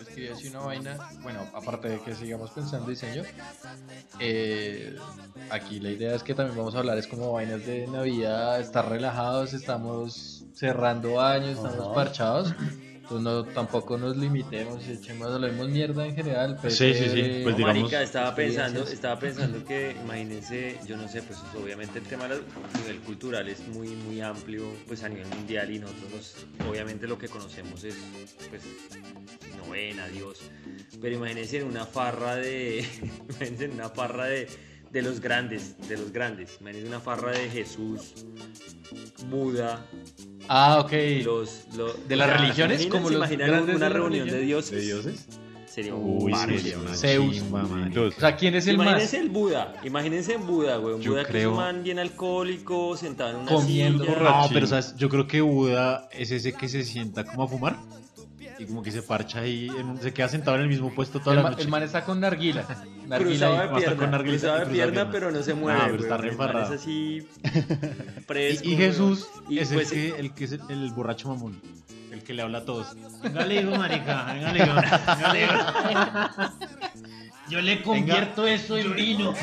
S2: Les quería decir una vaina. Bueno, aparte de que sigamos pensando diseño, eh, aquí la idea es que también vamos a hablar es como vainas de Navidad, estar relajados, estamos cerrando años, estamos
S4: Ajá.
S2: parchados. Entonces no, tampoco nos limitemos, echemos, hablemos mierda en general. pero
S3: Sí, sí, sí, pues digamos,
S5: Marica, estaba pensando,
S2: experiencias.
S5: estaba pensando que, imagínense, yo no sé, pues obviamente el tema de la- a nivel cultural es muy, muy amplio, pues a nivel mundial y nosotros, nos- obviamente lo que conocemos es, pues, novena, Dios, pero imagínense en una farra de, imagínense en una farra de, de los grandes, de los grandes, imagínense una farra de Jesús, Buda,
S2: Ah, ok.
S5: los, los-
S2: ¿De las
S5: o sea,
S2: religiones?
S5: imagínense,
S2: Como los
S5: imaginar
S2: grandes
S5: una
S2: de las
S5: reunión de
S2: religiones.
S5: dioses,
S3: ¿De dioses?
S5: sería un
S3: Uy,
S5: parche,
S3: sería una
S2: Zeus.
S3: chimba, marica.
S2: O sea, ¿quién es el
S5: imagínense
S2: más?
S5: el Buda, imagínense en Buda, güey. Un
S4: Yo
S5: Buda que es
S4: creo-
S5: un man bien alcohólico, sentado en una
S2: Comiendo
S5: silla.
S3: No,
S4: borracho.
S3: pero sabes, yo creo que Buda es ese que se sienta como a fumar y como que se parcha ahí, en- se queda sentado en el mismo puesto toda
S2: El,
S3: la
S2: ma-
S3: noche.
S2: el man está con narguila. Narguila
S5: Cruzado
S2: ahí.
S5: de
S3: va a estar
S5: pierna,
S3: con narguilita
S5: cruzado de
S3: y cruzado de
S5: pierna,
S3: pierna.
S5: pero no se mueve.
S3: Ah, pero está
S5: güey,
S3: re
S5: el man
S3: embarrado.
S5: Es así. fresco,
S3: Y, y Jesús
S5: güey. Y
S3: es
S5: pues,
S3: el, que, el que es el, el borracho mamón, el que le habla a todos. Venga, le digo, marica, venga, le digo, venga, le digo.
S7: Yo le convierto eso en vino.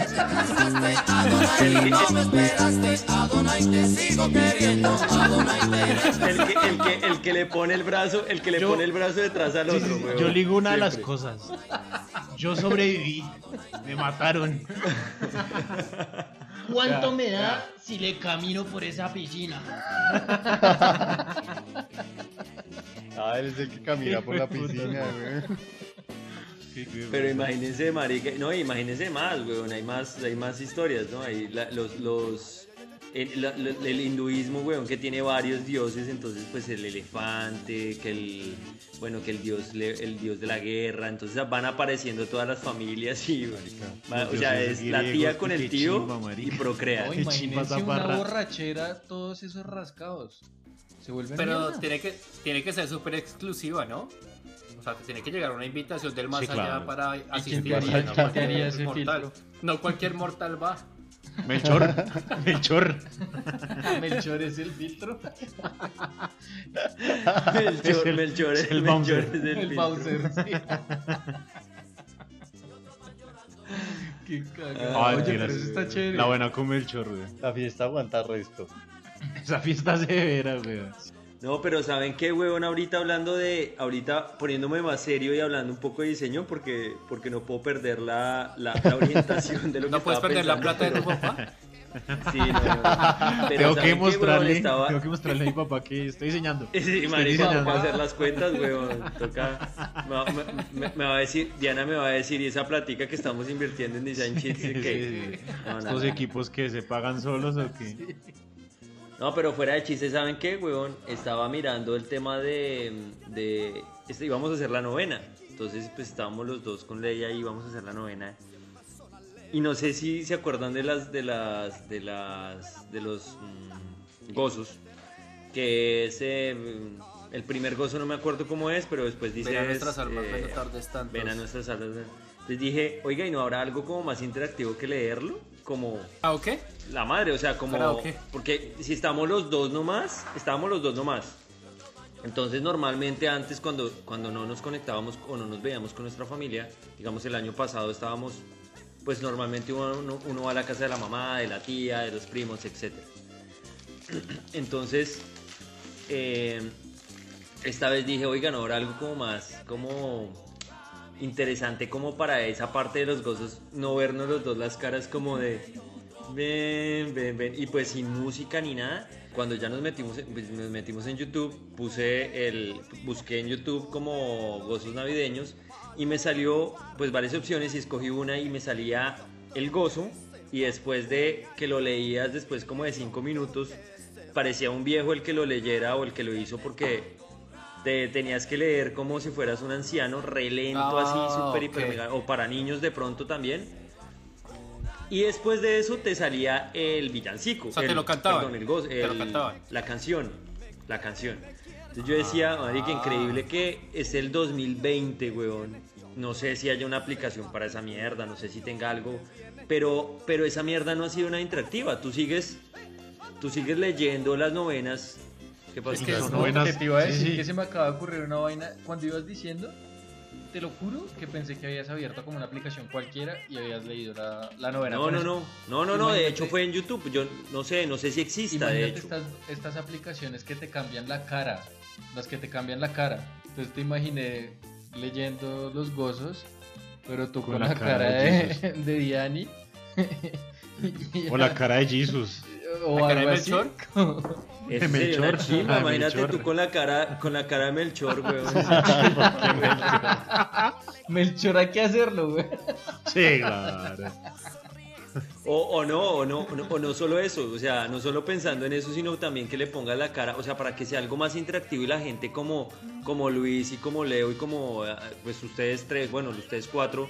S5: el que, el que- el que le pone el brazo, el que le
S3: Yo-
S5: pone el brazo detrás al
S3: Sí,
S5: otro,
S3: sí, sí,
S5: güey.
S3: Yo le digo una de las
S5: Siempre.
S3: cosas. Yo sobreviví. Me mataron.
S7: ¿Cuánto me da si le camino por esa piscina?
S4: Ah, él es el que camina por la
S3: Hijo de puta,
S4: piscina, güey.
S5: Pero imagínense, marica, no, imagínense más, weón, hay más, hay más historias, ¿no? Hay la- los, los, el, la- la- el hinduismo, weón, que tiene varios dioses, entonces, pues, el elefante, que el, bueno, que el dios, le- el dios de la guerra, entonces van apareciendo todas las familias y, marica, va-
S3: Los
S5: o sea,
S3: dioses
S5: es la tía
S3: griegos,
S5: con
S3: y
S5: el
S3: qué
S5: tío
S3: chimba, marica.
S5: y procrean.
S2: No,
S3: Qué chimba
S2: Oh, imagínense
S3: esa
S2: una
S3: barra.
S2: borrachera, todos esos rascados. Se vuelven
S6: Pero
S2: mierda.
S6: tiene que, tiene que ser súper exclusiva, ¿no? O sea, que tiene que llegar una invitación del más
S3: Sí,
S6: allá
S3: claro.
S6: para
S2: ¿Y quién
S6: asistir.
S2: te haría,
S6: no,
S2: quién te
S6: cualquier
S2: haría ese
S6: mortal,
S2: filtro?
S6: no cualquier mortal va.
S3: Melchor. Melchor.
S2: Melchor es el filtro.
S3: Es
S5: Melchor,
S3: el-
S5: Melchor,
S3: es el
S5: Melchor
S3: Bowser.
S5: es el
S2: El
S5: filtro.
S2: Bowser, sí. Qué cagada.
S5: Ah,
S2: Oye,
S5: mentiras.
S2: pero eso está chévere.
S3: La buena con Melchor, güey.
S4: La fiesta aguanta resto.
S3: Esa fiesta severa, güey.
S5: No, pero ¿saben qué, huevón? Ahorita hablando de. Ahorita poniéndome más serio y hablando un poco de diseño porque, porque no puedo perder la, la, la orientación de lo que
S6: No puedes
S5: estaba
S6: perder la
S5: pensando,
S6: plata de tu
S5: pero-
S6: papá.
S5: Sí, no, no, no.
S3: Tengo
S5: Pero ¿saben qué,
S3: que,
S5: huevón?
S3: mostrarle,
S5: Estaba-
S3: tengo que mostrarle a mi papá que estoy diseñando.
S5: Sí,
S3: Estoy
S5: marica,
S3: diseñando.
S5: para hacer las cuentas, huevón. Toca. Me, va- me- me- me va a decir, Diana me va a decir, y esa platica que estamos invirtiendo en design sheets,
S3: Sí,
S5: ¿de qué?
S3: sí, sí.
S5: No, no,
S3: Estos
S5: no.
S3: equipos que se pagan solos o qué.
S5: No, pero fuera de chiste, ¿saben qué, weón? Estaba mirando el tema de... de este, íbamos a hacer la novena. Entonces, pues estábamos los dos con Leia y íbamos a hacer la novena. Y no sé si se acuerdan de las... de las... de las... de los mm, gozos. Que es... eh, mm, el primer gozo no me acuerdo cómo es, pero después dice...
S6: Ven a nuestras
S5: es,
S6: almas,
S5: eh,
S6: ven a tardes tantos.
S5: Ven a nuestras almas. Entonces dije, oiga, ¿y no habrá algo como más interactivo que leerlo? Como...
S6: ¿Ah, ok?
S5: La madre, o sea, como.
S6: Karaoke.
S5: Porque si estamos los dos nomás, estábamos los dos nomás. Entonces, normalmente antes, cuando, cuando no nos conectábamos o no nos veíamos con nuestra familia, digamos el año pasado estábamos, pues normalmente uno, uno- uno va a la casa de la mamá, de la tía, de los primos, etc. Entonces, eh, esta vez dije, oigan, ahora algo como más, como interesante como para esa parte de los gozos, no vernos los dos las caras como de ven, ven, ven, y pues sin música ni nada. Cuando ya nos metimos, en- pues, nos metimos en YouTube, puse el, busqué en YouTube como gozos navideños y me salió pues varias opciones y escogí una y me salía el gozo y después de que lo leías después como de cinco minutos parecía un viejo el que lo leyera o el que lo hizo porque te tenías que leer como si fueras un anciano, relento así,
S6: Ah,
S5: súper,
S6: ok.
S5: hiper, mega, o para niños de pronto también. Y después de eso te salía el villancico.
S6: O sea,
S5: el-
S6: te lo cantaban.
S5: Perdón, el gozo,
S6: Te lo
S5: el-
S6: cantaban.
S5: La canción, la canción. Entonces yo decía,
S6: Ah.
S5: marica, increíble que es el 2020, weón. No sé si haya una aplicación para esa mierda, no sé si tenga algo, pero, pero esa mierda no ha sido una interactiva. Tú sigues, tú sigues leyendo las novenas. pues ¿Qué pasó?
S2: Es que
S3: Las
S2: eso
S3: novenas-
S2: te iba a
S3: sí,
S2: decir
S3: sí.
S2: que se me acaba de ocurrir una vaina. Cuando ibas diciendo, te lo juro que pensé que habías abierto como una aplicación cualquiera y habías leído la, la novela.
S5: No,
S2: con
S5: no,
S2: eso.
S5: no, no, no, no, de
S2: Imagínate-
S5: hecho fue en YouTube, yo no sé, no sé si exista,
S2: Imagínate
S5: de hecho.
S2: estas, estas aplicaciones que te cambian la cara. Las que te cambian la cara. Entonces te imaginé leyendo los gozos, pero tú con,
S3: Con
S2: la,
S3: la
S2: cara,
S3: cara de
S2: de, de Diani. Y-
S3: O la cara de Jesus.
S2: o
S6: ¿La cara
S2: algo
S6: de
S2: así.
S6: Melchor?
S2: como-
S5: Eso sería
S3: Melchor.
S5: una chimba,
S3: Ah,
S5: imagínate
S3: Melchor.
S5: tú con la cara, con la cara de Melchor, weón.
S2: Melchor hay que hacerlo, güey.
S3: Sí, claro.
S5: O, o no, o no, o no, o no solo eso, o sea, no solo pensando en eso, sino también que le pongas la cara, o sea, para que sea algo más interactivo y la gente como, como Luis y como Leo y como, eh, pues ustedes tres, bueno, ustedes cuatro,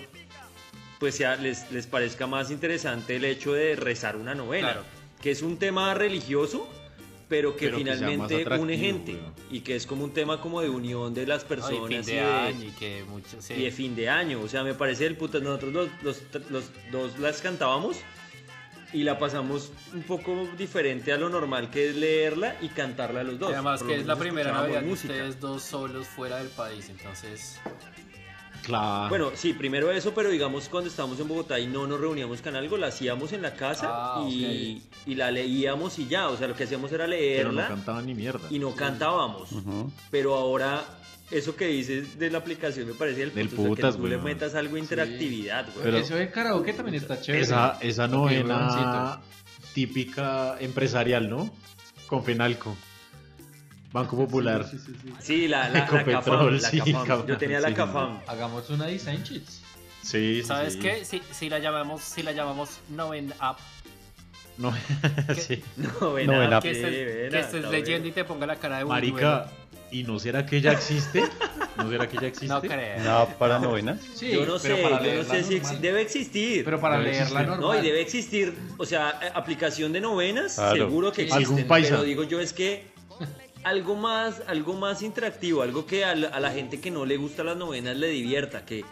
S5: pues sea, les, les parezca más interesante el hecho de rezar una novena,
S6: Claro.
S5: que es un tema religioso, pero que
S3: Pero que sea más
S5: finalmente une
S3: atractivo,
S5: gente
S3: weón.
S5: y que es como un tema como de unión de las
S6: Ay,
S5: personas
S6: fin
S5: y
S6: de
S5: de-
S6: año y que mucho. sí.
S5: y de fin de año. O sea, me parece el putas. Nosotros los, los, los dos las cantábamos y la pasamos un poco diferente a lo normal que es leerla y cantarla los dos.
S6: Además
S5: Por
S6: que
S5: lo
S6: es la
S5: menos
S6: primera
S5: escuchábamos
S6: Navidad que
S5: música.
S6: ustedes dos solos fuera del país, entonces
S3: Claro.
S6: Ah.
S5: Bueno, sí, primero eso, pero digamos cuando estábamos en Bogotá y no nos reuníamos con algo, la hacíamos en la casa
S6: Ah,
S5: y, y la leíamos y ya. O sea, lo que hacíamos era
S3: pero no
S5: leerla
S3: cantaban ni mierda.
S5: y no cantábamos.
S4: Ujú.
S5: Pero ahora, eso que dices de la aplicación me parece el
S3: Del
S5: putas, o sea,
S3: putas,
S5: que tú le
S3: weón.
S5: metas algo de interactividad, güey.
S3: Pero-
S2: Eso de karaoke también está chévere.
S3: Esa, esa
S2: Ok,
S3: novena
S2: huevoncito.
S3: típica empresarial, ¿no? Con Fenalco. Banco Popular.
S2: Sí, sí, sí, sí.
S5: Sí, la, la, la
S3: Ecopetrol,
S5: Cafam, la
S3: sí,
S5: Cafam. Yo
S3: cabrón,
S5: tenía la
S3: sí,
S5: Cafam.
S2: Hagamos una design sheets.
S3: Sí, sí,
S6: ¿sabes
S3: sí.
S6: qué? Si, si la llamamos, si la llamamos Noven Up,
S3: No, sí.
S5: No, ven
S4: No,
S5: a-
S4: ven a-
S5: sí,
S6: que estés,
S5: ven
S6: que
S5: a-
S6: estés
S5: Ah, está
S6: leyendo y
S5: bueno.
S6: te ponga la cara de un
S3: Marica, ¿y no será que ya existe? ¿No será que ya existe?
S6: No creo.
S4: Una para novenas.
S2: Sí,
S5: Yo no sé, yo no sé si exi-
S2: normal.
S5: debe existir.
S2: Pero para
S3: Debe
S2: leerla
S3: existir.
S2: normal.
S5: no, y debe existir, o sea, eh, aplicación de novenas,
S4: Claro.
S5: seguro que
S6: Sí.
S5: existen,
S3: Algún paisa.
S5: pero digo yo es que algo más, algo más interactivo, algo que a la, a la gente que no le gusta las novenas le divierta, que,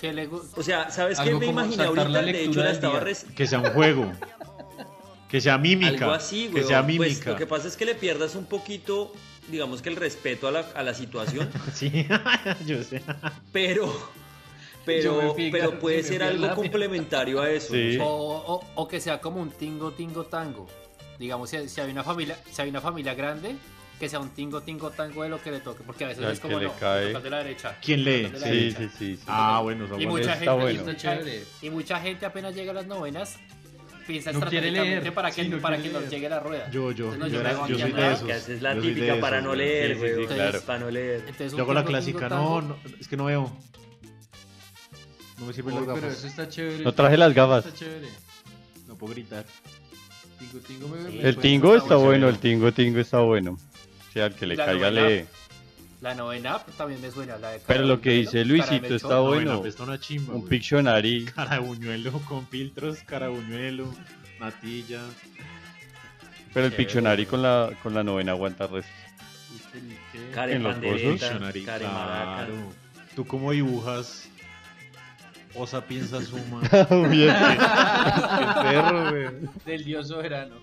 S6: Que le gusta.
S5: o sea, ¿sabes qué?
S2: Algo
S5: Me
S2: como
S5: imaginé
S2: saltar
S5: ahorita,
S2: la
S5: de hecho
S2: lectura
S5: la
S2: del
S5: estaba
S2: día.
S5: res-
S3: Que sea un juego. Que sea mímica.
S5: Algo así, güey.
S3: que sea
S5: Pues,
S3: mímica.
S5: lo que pasa es que le pierdas un poquito, digamos que el respeto a la, a la situación,
S3: Sí, yo sé.
S5: pero
S2: Yo me
S5: pero
S2: fui,
S5: pero
S2: claro, sí,
S5: puede
S2: me
S5: ser
S2: fui al
S5: algo
S2: lápiz.
S5: complementario a eso
S4: Sí.
S6: O, o- o que sea como un tingo, tingo, tango. Digamos, si, si hay una familia, si hay una familia grande, que sea un tingo, tingo, tango de lo que le toque. Porque a veces
S4: Al
S6: es como
S4: que le
S6: no, me
S4: cae.
S6: toca el de la derecha.
S3: ¿Quién lee?
S6: me toca el de la
S4: Sí,
S6: derecha.
S4: sí, sí. sí.
S3: Ah, bueno, esa
S6: Y
S3: buena
S6: mucha,
S4: está
S6: gente, y
S4: bueno.
S6: mucha-
S2: Está chévere.
S6: y mucha gente apenas llega a las novenas piensa
S2: No quiere
S6: estratégicamente
S2: leer,
S6: para
S2: sí,
S6: que,
S2: no
S6: para
S2: quiere
S6: que nos
S2: leer.
S6: llegue la rueda.
S3: Yo, yo,
S6: Entonces,
S3: yo,
S6: no
S3: era-
S6: llego
S3: yo
S6: ni a
S3: soy de
S6: nada.
S3: esos.
S5: Que esa es la
S3: yo soy de
S5: típica para
S3: esos,
S5: no
S3: güey.
S5: leer,
S4: Sí,
S5: güey. pues,
S4: sí, sí, claro.
S5: Para no leer.
S6: Entonces, un
S3: Yo hago la
S6: tingo,
S3: clásica,
S6: tingo, tango.
S3: no, no, es que no veo. No me sirven
S2: Uy,
S3: las
S2: pero
S3: gafas.
S2: eso está chévere.
S4: No traje las gafas.
S2: Está chévere.
S3: No puedo gritar.
S4: Ah,
S2: Tingo, tingo, me- me
S4: El
S2: fue-
S4: tingo está
S3: bueno.
S4: bueno, el tingo, tingo está bueno. O sea, al que le
S6: La
S4: caiga
S6: novena.
S4: le...
S6: La novena pues, también me suena. La de
S4: Pero lo que
S6: Carabuñuelo,
S4: dice Luisito
S6: Caramelchor.
S4: está bueno.
S3: Novena, pues, está una chimba,
S4: Un
S3: güey.
S4: Pictionary.
S3: Carabuñuelo con filtros, carabuñuelo, natilla.
S4: Pero el
S6: Chévere.
S4: Pictionary con la, con la novena aguanta res.
S2: el que-
S5: Care
S4: en los
S5: pandereta,
S3: Pictionary,
S5: care maraca.
S3: claro. ¿Tú cómo dibujas? Osa piensa suma.
S4: Bien, qué perro, güey.
S2: Del dios soberano.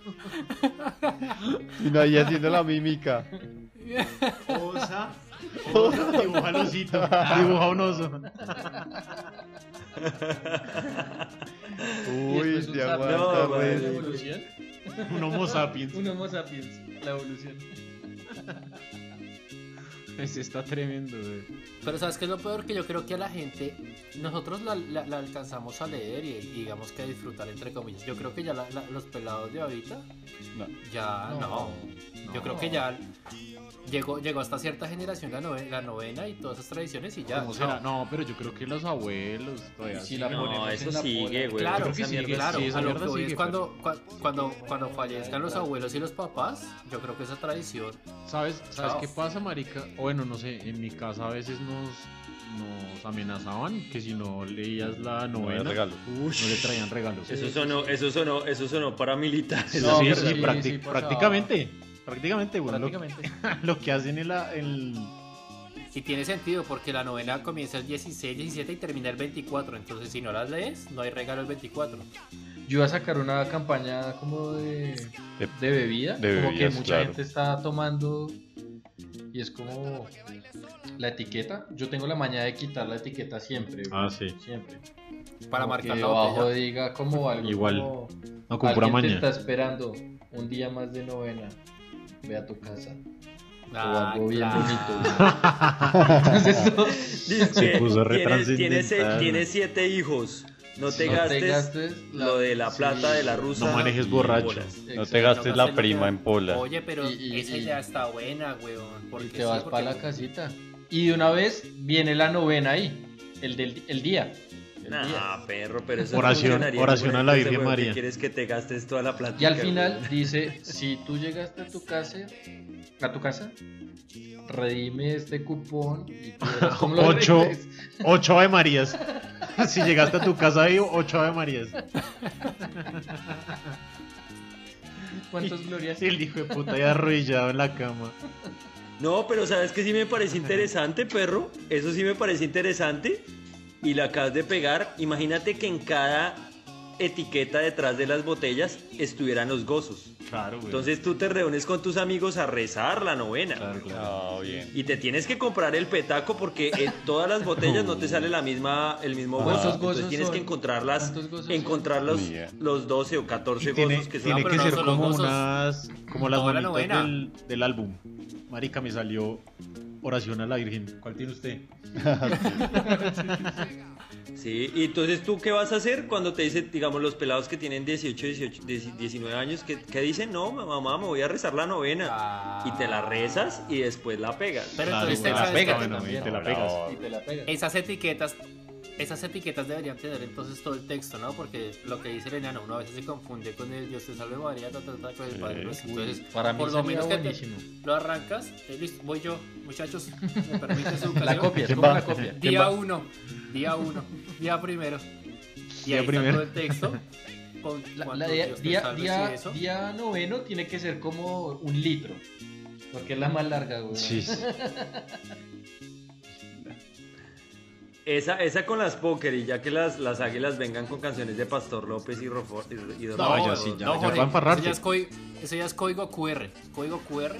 S4: Y no ahí haciendo la mímica.
S3: Osa, osa dibuja al osito, dibuja un oso.
S2: Y
S4: Uy,
S2: después un
S4: se
S2: sapo.
S4: aguanta
S5: No,
S2: ¿La
S5: madre.
S4: res.
S2: evolución?
S3: Un homo sapiens.
S2: Un homo sapiens. La evolución.
S3: Ese está tremendo, güey.
S6: Pero ¿sabes qué es lo peor? Que yo creo que a la gente, nosotros la, la- la alcanzamos a leer y, y digamos que a disfrutar, entre comillas. Yo creo que ya la- la- los pelados de ahorita,
S4: No.
S6: ya Ah, no. Yo creo que ya llegó, llegó hasta cierta generación la, nove- la novena y todas esas tradiciones y ya.
S3: ¿Cómo
S6: chao.
S3: será? No, pero yo creo que los abuelos
S2: Y
S3: todavía.
S2: si la
S3: siguen.
S5: No,
S2: ponemos
S5: eso
S2: en la
S5: sigue,
S2: pola.
S5: güey.
S6: Claro,
S3: Yo creo que
S6: sí,
S3: sigue,
S6: claro.
S3: sí, esa
S6: a lo que
S3: mierda
S6: voy es
S3: sigue,
S6: cuando, cua- cuando, cuando fallezcan los
S2: Claro.
S6: abuelos y los papás, yo creo que esa tradición.
S3: ¿Sabes, ¿sabes
S6: Chao.
S3: qué pasa, marica? O bueno, no sé, en mi casa a veces nos, nos amenazaban que si no leías la
S4: No me
S3: novena, no,
S4: regalo.
S3: le traían regalos.
S5: Eso sonó, eso sonó, eso sonó paramilitar.
S3: Sí,
S2: No,
S3: sí,
S2: pero
S3: sí,
S2: sí,
S3: practi-
S2: sí pasaba.
S3: prácticamente, prácticamente, bueno, lo-
S2: Prácticamente.
S3: Lo, que hacen en la... en-
S6: Y tiene sentido porque la novena comienza el 16, 17 y termina el 24. Entonces, si no las lees, no hay regalo el 24.
S2: Yo iba a sacar una campaña como de,
S4: De-
S2: de bebida,
S4: de
S2: como que
S4: bebidas,
S2: mucha
S4: claro.
S2: gente está tomando y es como la etiqueta. Yo tengo la mañana de quitar la etiqueta siempre, güey,
S3: Ah, sí.
S2: siempre.
S6: Para
S2: Como
S6: marcar
S2: que
S6: la
S2: abajo
S6: botella.
S2: diga como algo
S3: Igual,
S2: como,
S3: No, con pura
S2: "Alguien te
S3: maña.
S2: está esperando un día más de novena. Ve a tu casa. o
S6: Ah,
S2: algo bien
S6: claro.
S2: bonito. güey. Entonces, eso,
S5: Dice,
S3: puso re
S5: tienes, tienes-
S3: trascendental.
S5: tienes siete hijos. No te
S2: no
S5: gastes,
S2: te gastes la-
S5: lo de la plata
S2: sí.
S5: de la rusa.
S3: No manejes borracho.
S6: bolas.
S4: No
S2: Exacto.
S4: te gastes
S6: No,
S4: la
S6: no,
S4: prima
S6: no.
S4: en pola.
S6: Oye, pero
S2: Y- y-
S6: esa
S2: y-
S6: idea está buena, weón. Porque
S2: Y te
S6: sí,
S2: vas
S6: porque-
S2: para la casita. Y de una vez viene la novena ahí, el del el día. el día.
S5: Nah, perro, pero eso
S3: Oración-
S5: no funcionaría,
S3: oración a la
S5: güey.
S3: Virgen
S5: Ese güey que
S3: María.
S5: quieres que te gastes toda la plata?
S2: Y al final dice, si tú llegaste a tu casa, a tu casa, redime este cupón y tú verás cómo lo
S3: Ocho.
S2: redimites.
S3: Ocho Ave Marías. Si llegaste a tu casa vivo, ocho Ave Marías.
S2: ¿Cuántas glorias?
S3: El hijo de puta ya arrodillado en la cama.
S5: No, pero sabes que sí me parece interesante, perro. Eso sí me parece interesante. Y la acabas de pegar. Imagínate que en cada etiqueta detrás de las botellas estuvieran los gozos.
S3: Claro, güey.
S5: Entonces tú te reúnes con tus amigos a rezar la novena.
S3: Claro, claro.
S4: Ah, bien.
S5: Y te tienes que comprar el petaco porque en todas las botellas no te sale la misma, el mismo
S2: Ah.
S5: gozo.
S2: ¿Cuántos
S5: Entonces
S2: gozos
S5: tienes
S2: son?
S5: que encontrarlas,
S2: ¿Cuántos gozos son?
S5: encontrar los,
S4: Ni idea.
S5: los 12 o 14
S3: Y tiene,
S5: gozos que
S3: tiene
S5: son.
S6: No,
S3: que
S6: pero
S3: ser
S6: son los
S3: como
S6: gozos.
S3: unas. Como las
S6: Toda la
S3: manitas
S6: novena.
S3: del, del álbum. Marica, me salió oración a la Virgen. ¿Cuál tiene usted?
S5: Sí, y entonces tú qué vas a hacer cuando te dicen, digamos, los pelados que tienen 18, 18, 10, 19 años, que, que dicen, no, ma- mamá, me voy a rezar la novena.
S6: Ah.
S5: Y te la rezas y después la pegas.
S6: Pero
S3: Claro,
S6: entonces
S3: güey.
S6: esas-
S3: la pega,
S2: también.
S3: bueno, y te la
S4: No,
S3: pegas.
S4: no.
S2: Y te la pegas.
S6: Esas etiquetas, esas etiquetas deberían tener entonces todo el texto, ¿no? Porque lo que dice el enano, uno a veces se confunde con el Dios te salve María, ta, ta, ta, con el
S3: Eh,
S6: Padre
S4: Sí.
S6: Nuestro. Entonces,
S2: Para mí
S6: por lo
S2: sería
S6: menos que te-
S2: buenísimo.
S6: lo arrancas, eh, listo, voy yo, muchachos, me permite su
S2: La
S6: ocasión?
S2: copia,
S4: ¿Quién
S2: ¿cómo
S4: va?
S2: la copia?
S4: ¿Quién
S6: Día
S4: va?
S6: uno, día uno, día primero. Y
S3: Día
S6: ahí
S3: primero.
S6: está todo el texto. Con
S2: La-
S6: cuánto
S2: la día,
S6: Dios te
S2: día,
S6: salve,
S2: día-
S6: sí, eso.
S2: día noveno tiene que ser como un litro. Porque es la más larga, güey.
S3: Sí. sí.
S5: Esa, esa con las póker y ya que las, las águilas vengan con canciones de Pastor López y Rofor. Y, y
S3: No,
S5: Rodolfo.
S3: ya sí, ya,
S6: no,
S3: ya
S6: Jorge,
S3: va a emparrarte.
S6: Eso ya, es coi- eso ya es código QR. Código QR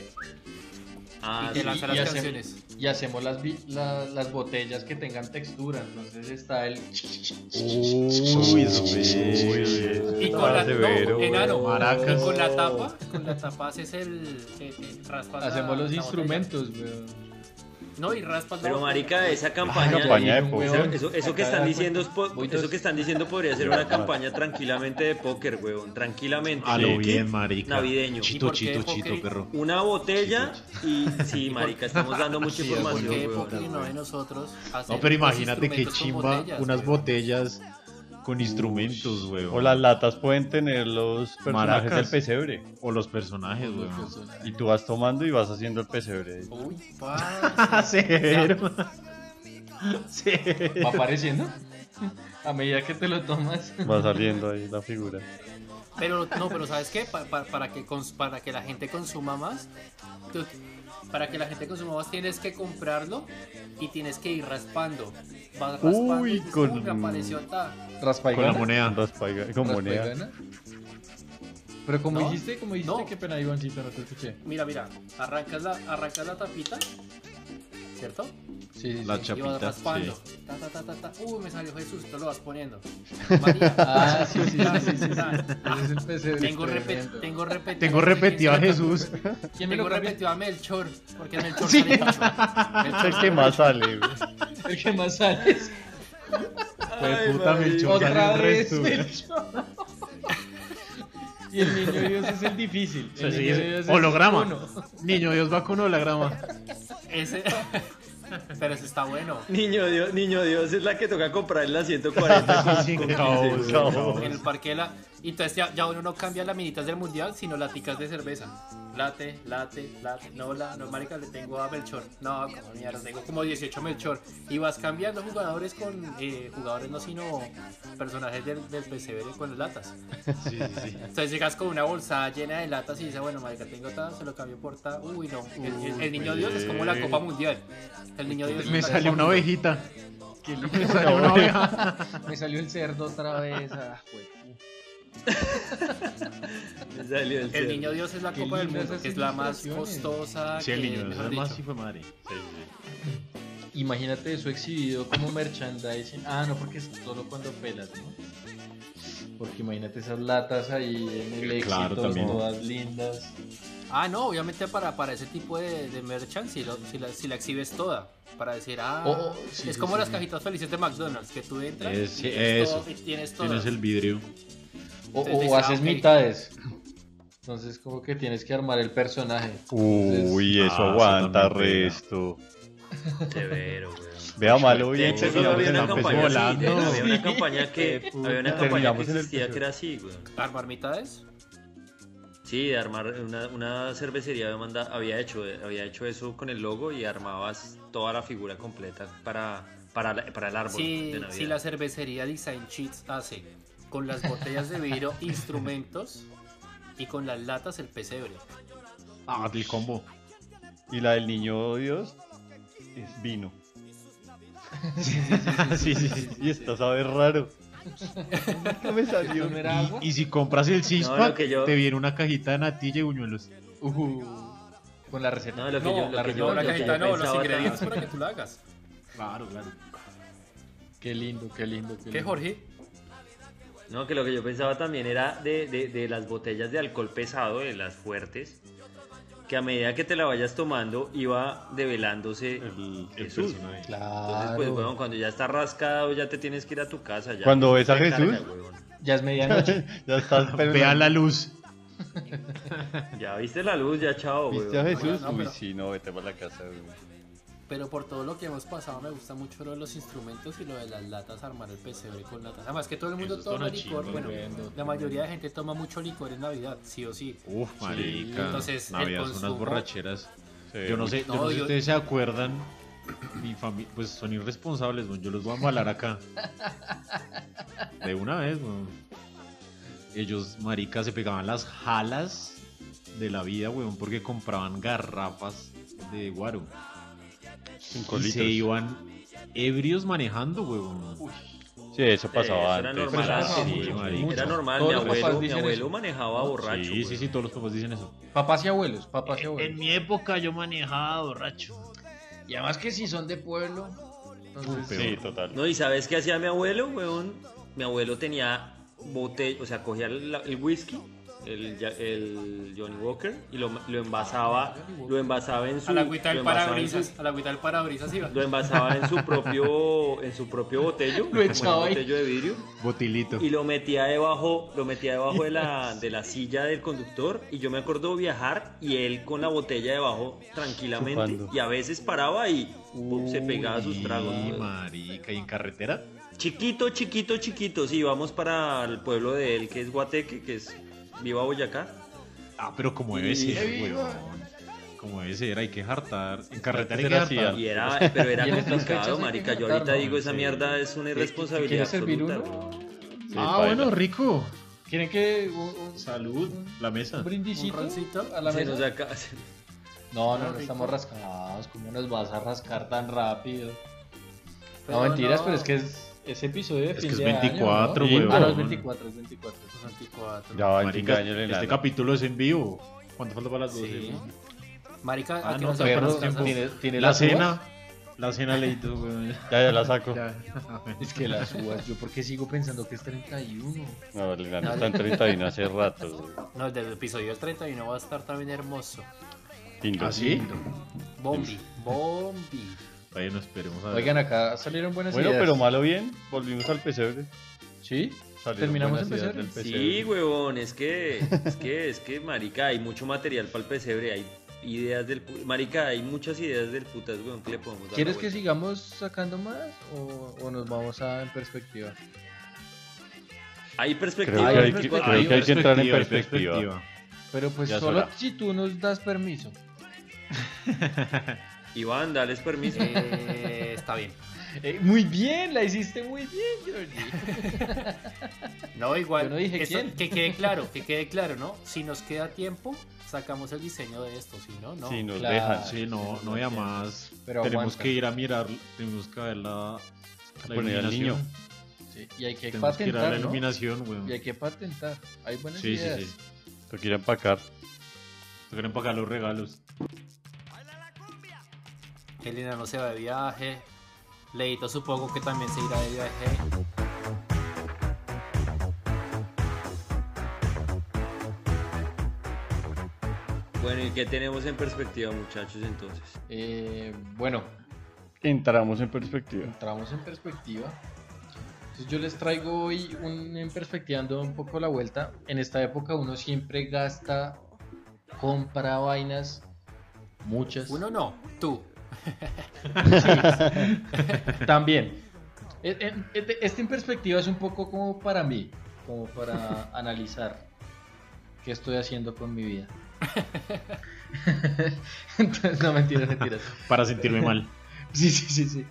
S5: Ah,
S6: y te
S5: sí.
S6: lanza
S2: y
S6: las
S2: hace-
S6: canciones.
S2: Y hacemos las, vi- la- las botellas que tengan textura. Entonces está el.
S3: Uy, severo.
S6: Y con
S4: Ah,
S6: la,
S4: severo,
S6: no, enano,
S4: güey.
S3: Maracas.
S6: y con la tapa, con la tapa haces el, el- el- raspas la-
S2: Hacemos los
S6: Ah, la
S2: instrumentos, güey.
S6: botella. No, y raspas la
S5: Pero
S6: botella.
S5: marica, esa
S4: Una
S5: campaña...
S4: campaña de
S2: un
S4: póker.
S2: huevón.
S5: Eso, eso que
S2: Acá
S5: están
S2: da
S5: diciendo es po-
S2: Voy
S5: eso
S2: dos.
S5: que están diciendo podría ser una campaña tranquilamente de póker, weón. Tranquilamente.
S3: A lo
S5: Un kit
S3: bien, marica.
S5: Navideño.
S6: ¿Y
S3: Chito,
S6: por qué
S3: chito,
S6: Joker?
S3: chito, perro.
S5: Una botella y sí, marica, estamos dando mucha
S3: Sí,
S6: ¿Por
S5: información,
S3: bueno,
S6: qué
S5: weón.
S6: porque no de nosotros hacer
S3: No, pero
S6: los
S3: imagínate qué
S6: instrumentos con
S3: chimba
S6: botellas,
S3: unas
S6: güey?
S3: botellas con instrumentos, güey.
S4: O las latas pueden tener los personajes
S3: Maracas.
S4: del pesebre.
S3: O los personajes, güey.
S4: Y tú vas tomando y vas haciendo el pesebre.
S6: Uy, parce.
S3: Ah, Severo. Severo.
S2: Va apareciendo. A medida que te lo tomas.
S4: Va saliendo ahí la figura.
S6: Pero no, pero ¿sabes qué? Pa- pa- para, que cons- para que la gente consuma más, tú- para que la gente consuma más tienes que comprarlo y tienes que ir raspando. Vas raspando
S4: Uy,
S6: y dices,
S4: con-
S6: "Uy, me apareció ta".
S2: Raspa y
S3: Con la
S2: gana.
S3: moneda.
S4: Raspaiga- con
S2: Raspa y
S4: moneda.
S2: gana. Pero como
S6: No,
S2: dijiste, como dijiste,
S6: no.
S2: qué pena, Ivancito, no te escuché.
S6: Mira, mira, arrancas la, arrancas la tapita, ¿cierto?
S2: Sí, sí,
S3: La
S2: sí.
S3: cha-
S6: y vas
S3: Chapita,
S6: raspando. Ta, ta, ta, ta, ta. Uy, me salió Jesús, te lo vas poniendo. María,
S2: Ah, sí, sí,
S6: ta,
S2: sí, sí, sí, sí. Este,
S6: ta.
S2: Ese es el pesebre
S6: Tengo,
S2: tremendo.
S6: repet- tengo repetido.
S3: Tengo repetido a Jesús.
S2: ¿Quién me lo
S6: Tengo
S2: cambia?
S6: repetido a Melchor, porque Melchor
S3: Sí.
S6: sale mucho.
S4: Es el que más sale. güey.
S2: El que más sale.
S3: Pues puta, Melchor
S2: Otra
S3: sale el
S2: vez,
S3: resto. ¿eh? güey.
S2: Melchor. Y el niño Dios es el difícil.
S3: O sea,
S2: El
S3: sí,
S2: niño
S3: es-
S2: Dios es
S3: holograma.
S2: uno.
S3: Niño, Dios va con holograma.
S6: Ese... Pero ese está bueno.
S5: Niño Dios, niño Dios es la que toca comprar en la 140 con,
S3: Sí,
S5: con
S3: caos,
S5: 15.
S3: caos.
S6: En el parque de la... y Entonces ya, ya uno no cambia las minitas del mundial, sino laticas de cerveza. Late, late, late. No, la, no, marica, le tengo a Melchor. No, como mierda, tengo como 18 Melchor. Y vas cambiando jugadores con... eh, jugadores no, sino personajes del, del PCB con latas.
S3: Sí, sí, sí.
S6: Entonces llegas con una bolsa llena de latas y dices, bueno, marica, tengo ta, se lo cambio por ta. Uy, no. El, el- el niño Dios es como la Copa Mundial. El niño Dios es
S3: Me
S6: la
S3: salió
S6: Copa
S3: una
S6: Mundial.
S3: ovejita.
S2: Qué
S3: Me
S2: lindo.
S3: salió una oveja.
S2: Me salió el cerdo otra vez. ah, güey.
S5: Me salió el
S6: El
S5: cerdo.
S6: niño Dios es la
S2: Qué
S6: Copa del
S2: lindas
S6: Mundo,
S2: esas
S6: que es la más
S2: ilustraciones.
S6: costosa.
S3: Sí, el
S6: que,
S3: niño,
S6: mejor
S3: es más
S6: dicho.
S3: hijo de madre.
S2: Imagínate eso exhibido como merchandising. Ah, no, porque es solo cuando pelas, ¿no? Porque imagínate esas latas ahí en el éxito,
S3: Claro, también.
S2: todas lindas.
S6: Ah, no, obviamente para, para ese tipo de, de merchant, si, lo- si, la, si la exhibes toda, para decir, ah,
S2: Oh, sí,
S6: es
S2: sí,
S6: como
S2: sí,
S6: las
S2: sí.
S6: cajitas felices de McDonald's, que tú entras
S3: Es-
S6: y, tienes
S3: eso.
S6: todo- y tienes todo.
S3: Tienes el vidrio.
S2: O,
S6: Entonces
S2: o
S6: dices, ah,
S2: haces
S6: ok.
S2: mitades. Entonces, como que tienes que armar el personaje.
S4: Uy,
S3: Entonces-
S4: eso
S3: Ah, eso
S4: aguanta
S3: también pega.
S4: resto. este
S5: Severo, weón.
S4: Vea malo bien,
S5: Entonces,
S3: terminamos
S4: terminamos
S5: había
S4: en
S5: una
S3: la
S4: empezó
S5: campaña así,
S4: volando.
S5: de- había una campaña que había una campaña que
S4: Terminamos en el
S5: existía
S4: episodio.
S5: que era así, weón.
S6: ¿Armar mitades?
S5: Sí, de armar una, una cervecería había, manda- había hecho había hecho eso con el logo y armabas toda la figura completa para para, la- para el árbol
S6: Si,
S5: de Navidad.
S6: si la cervecería Design Cheats hace con las botellas de vidrio instrumentos y con las latas el pesebre.
S3: Ah, el combo.
S4: Y la del niño Dios es vino. sí, sí, sí. Y esto sabe raro. No me salió.
S2: ¿No era agua?
S3: Y, y si compras el
S5: No,
S3: six-pack,
S5: lo que yo-
S3: te viene una cajita de natilla y buñuelos.
S2: Ujú. Uh, con la receta.
S5: No, lo que
S6: No,
S5: yo, lo
S2: la
S5: que
S2: No,
S5: yo,
S6: No, la
S5: lo que yo
S6: cajita no, los
S5: pensaba
S6: ingredientes
S5: también-
S6: para que tú la hagas.
S3: Claro, claro.
S2: Qué lindo, qué lindo. Qué,
S6: ¿Qué,
S2: lindo.
S6: Jorge?
S5: no, que lo que yo pensaba también era de, de- de las botellas de alcohol pesado, de las fuertes, que a medida que te la vayas tomando iba develándose
S4: El- el
S5: Jesús.
S3: Mm, personaje.
S5: Entonces, pues,
S2: Claro.
S5: bueno, cuando ya está rascado, ya te tienes que ir a tu casa. Ya,
S4: Cuando
S5: Pues,
S4: ves a
S5: te carga,
S4: Jesús.
S5: huevón.
S2: ya es medianoche.
S4: ya estás
S3: Vea la luz.
S5: Ya viste la luz, ya chao,
S4: ¿Viste a
S5: weón.
S4: Jesús?
S6: No,
S4: Uy,
S6: pero-
S4: sí, no, vete para la casa. güey.
S6: Pero por todo lo que hemos pasado, me gusta mucho lo de los instrumentos y lo de las latas, armar el pesebre con latas. Además que todo el mundo
S3: Eso es
S6: toma
S3: todo
S6: licor.
S3: chimbo,
S6: bueno,
S2: tremendo,
S6: la mayoría de gente toma mucho licor en Navidad, sí o sí.
S3: Uf, marica.
S6: Entonces, el
S3: Navidad son unas
S6: consumo-
S3: borracheras.
S4: Sí.
S3: Yo no sé, yo
S6: No,
S3: no sé si
S6: yo-
S3: ustedes se acuerdan. Mi fami- pues son irresponsables, weón, yo los voy a malar acá. De una vez, weón. Ellos, maricas, se pegaban las jalas de la vida, weón, porque compraban garrafas de guaro.
S4: Cinco
S3: Y se
S4: litros.
S3: iban ebrios manejando, weón.
S4: Sí, eso
S5: Sí,
S4: pasaba
S5: eso era
S4: antes.
S5: normal,
S4: Ah,
S2: pasaba
S4: sí,
S5: mucho,
S4: marica.
S3: mucho.
S5: Era
S2: pues,
S5: normal, mi
S2: Todos los
S5: abuelo,
S2: papás
S5: mi
S2: dicen
S5: abuelo
S2: eso.
S5: manejaba borracho.
S3: Sí, sí,
S5: weón.
S3: sí, todos los papás dicen eso.
S2: Papás y abuelos, papás y
S7: En, en
S2: abuelos.
S7: mi época yo manejaba borracho.
S2: Y además que si son de pueblo. entonces-
S3: Uy,
S4: Sí, total.
S5: No, ¿y sabes qué hacía mi abuelo, weón? Mi abuelo tenía botella, o sea, cogía la- el whisky, el, ya- el Johnny Walker, y lo, lo envasaba, lo envasaba en su...
S6: A la agüita
S5: lo
S6: del
S5: envasaba en su-
S6: parabrisas, a la agüita del parabrisas iba.
S5: Lo envasaba en su propio, en su propio botello, como en
S2: echaba
S5: un
S2: ahí.
S5: botello de vidrio,
S3: Botilito.
S5: y lo metía debajo, lo metía debajo de la, de la silla del conductor, y yo me acuerdo viajar, y él con la botella debajo tranquilamente,
S4: Chupando.
S5: y a veces paraba y pum, se pegaba sus
S3: Uy,
S5: tragos. weón.
S3: marica, ¿y en carretera?
S5: Chiquito, chiquito, chiquito. Sí, vamos para el pueblo de él, que es Guateque, que es Viva Boyacá.
S3: Ah, pero como
S5: Y-
S3: debe
S5: ¡Que
S3: ser,
S2: viva!
S3: weón. Como debe ser, hay que hartar. En carretera hay que
S4: Carretera sí,
S3: hartar.
S5: Y era, pero era
S2: Y en estas
S5: complicado,
S2: fechas hay
S5: marica.
S2: que
S5: Yo ahorita
S2: cantar,
S5: digo,
S3: ¿no?
S5: esa
S3: Sí.
S5: mierda es una irresponsabilidad
S2: ¿Quieres servir
S5: absoluta.
S2: uno?
S4: Sí,
S3: ah,
S4: paila.
S3: bueno, rico.
S2: ¿Quieren que un, un-
S3: Salud, la mesa.
S2: un brindisito?
S6: Un roncito.
S2: a la
S5: Se
S2: mesa?
S5: nos acaba-
S2: No, no,
S6: Rico.
S2: no estamos rascados. ¿Cómo nos vas a rascar tan rápido?
S6: Pero
S2: no, mentiras,
S6: no,
S2: pero es que es, ese episodio de
S3: Es
S2: fin
S3: que es
S2: de año,
S3: 24,
S2: ¿no? Ah, no, es
S3: weón.
S2: 24, es 24.
S6: Ah, 24.
S4: Ya va el fin de
S3: Marica,
S4: año del
S3: este
S4: enano.
S3: capítulo es en vivo. ¿Cuánto falta para las 12?
S6: Sí.
S3: weón?
S6: Marica,
S3: Ah,
S6: ¿a qué
S3: no,
S6: nos
S3: perro,
S6: acuerdas?
S3: tiempo.
S2: ¿Tienes, tienes
S3: La
S2: las uvas?
S3: cena. La cena leíto, weón.
S4: Ya, ya la saco.
S3: Ya.
S2: Es que las uvas, yo porque sigo pensando que es 31.
S4: No, el enano está en 31 hace rato. güey.
S6: No, el del episodio del 31 va a estar también hermoso.
S4: Lindo.
S3: ¿Ah, sí?
S6: Bombi, bombi.
S3: Bueno, esperemos a ver.
S2: Oigan, acá salieron buenas
S4: Bueno,
S2: ideas.
S4: pero malo bien, volvimos al pesebre.
S2: ¿Sí?
S4: Salieron
S2: Terminamos
S4: buenas
S2: en
S4: ideas
S2: pesebre.
S4: del
S5: Sí, huevón, es que, es que, es que, marica, hay mucho material para el pesebre, hay ideas del... pu- Marica, hay muchas ideas del putas, weón, que le podemos dar
S2: ¿Quieres
S5: la
S2: que
S5: vuelta.
S2: sigamos sacando más o, o nos vamos a en perspectiva?
S5: Hay
S4: Creo
S5: perspectiva.
S4: que
S2: Hay
S4: hay que,
S2: perspectiva.
S4: creo que hay que entrar en
S3: Perspectiva, hay
S4: perspectiva.
S2: Pero pues
S4: Ya es
S2: solo
S4: hora.
S2: si tú nos das permiso.
S5: Iván, dales permiso.
S6: Eh, está bien.
S2: Eh, muy bien, la hiciste muy bien, Jordi.
S6: No, igual.
S2: Yo no dije
S6: eso-
S2: quién.
S6: Que quede claro, que quede claro, ¿no? Si nos queda tiempo, sacamos el diseño de esto, si no, no.
S4: Si nos
S2: Claro.
S4: dejan.
S3: Sí, no, no había más.
S2: Pero
S3: tenemos
S2: aguanta.
S3: que ir a mirar, tenemos que ver la, la
S4: poner al niño.
S3: iluminación.
S2: Sí, y hay que
S3: Tenemos que ir a la
S2: patentar, ¿no?
S3: iluminación, weón.
S2: Y hay que patentar. Hay buenas
S3: Sí, sí,
S2: ideas.
S3: sí.
S4: Lo quiero empacar.
S3: Tocará empacar los regalos.
S6: Elena no se va de viaje. Leito supongo que también se irá de viaje.
S5: Bueno, y ¿Y qué tenemos en perspectiva, muchachos, entonces?
S2: Eh, bueno,
S4: Entramos en perspectiva.
S2: entramos en perspectiva. Entonces yo les traigo hoy un en perspectivando un poco la vuelta. En esta época uno siempre gasta, compra vainas, muchas.
S6: Uno no, tú.
S2: También. Eh, eh, Este este en perspectiva es un poco como para mí, como para analizar qué estoy haciendo con mi vida. Entonces, no mentiras, mentiras.
S3: Para sentirme mal.
S2: Sí, sí, sí, sí.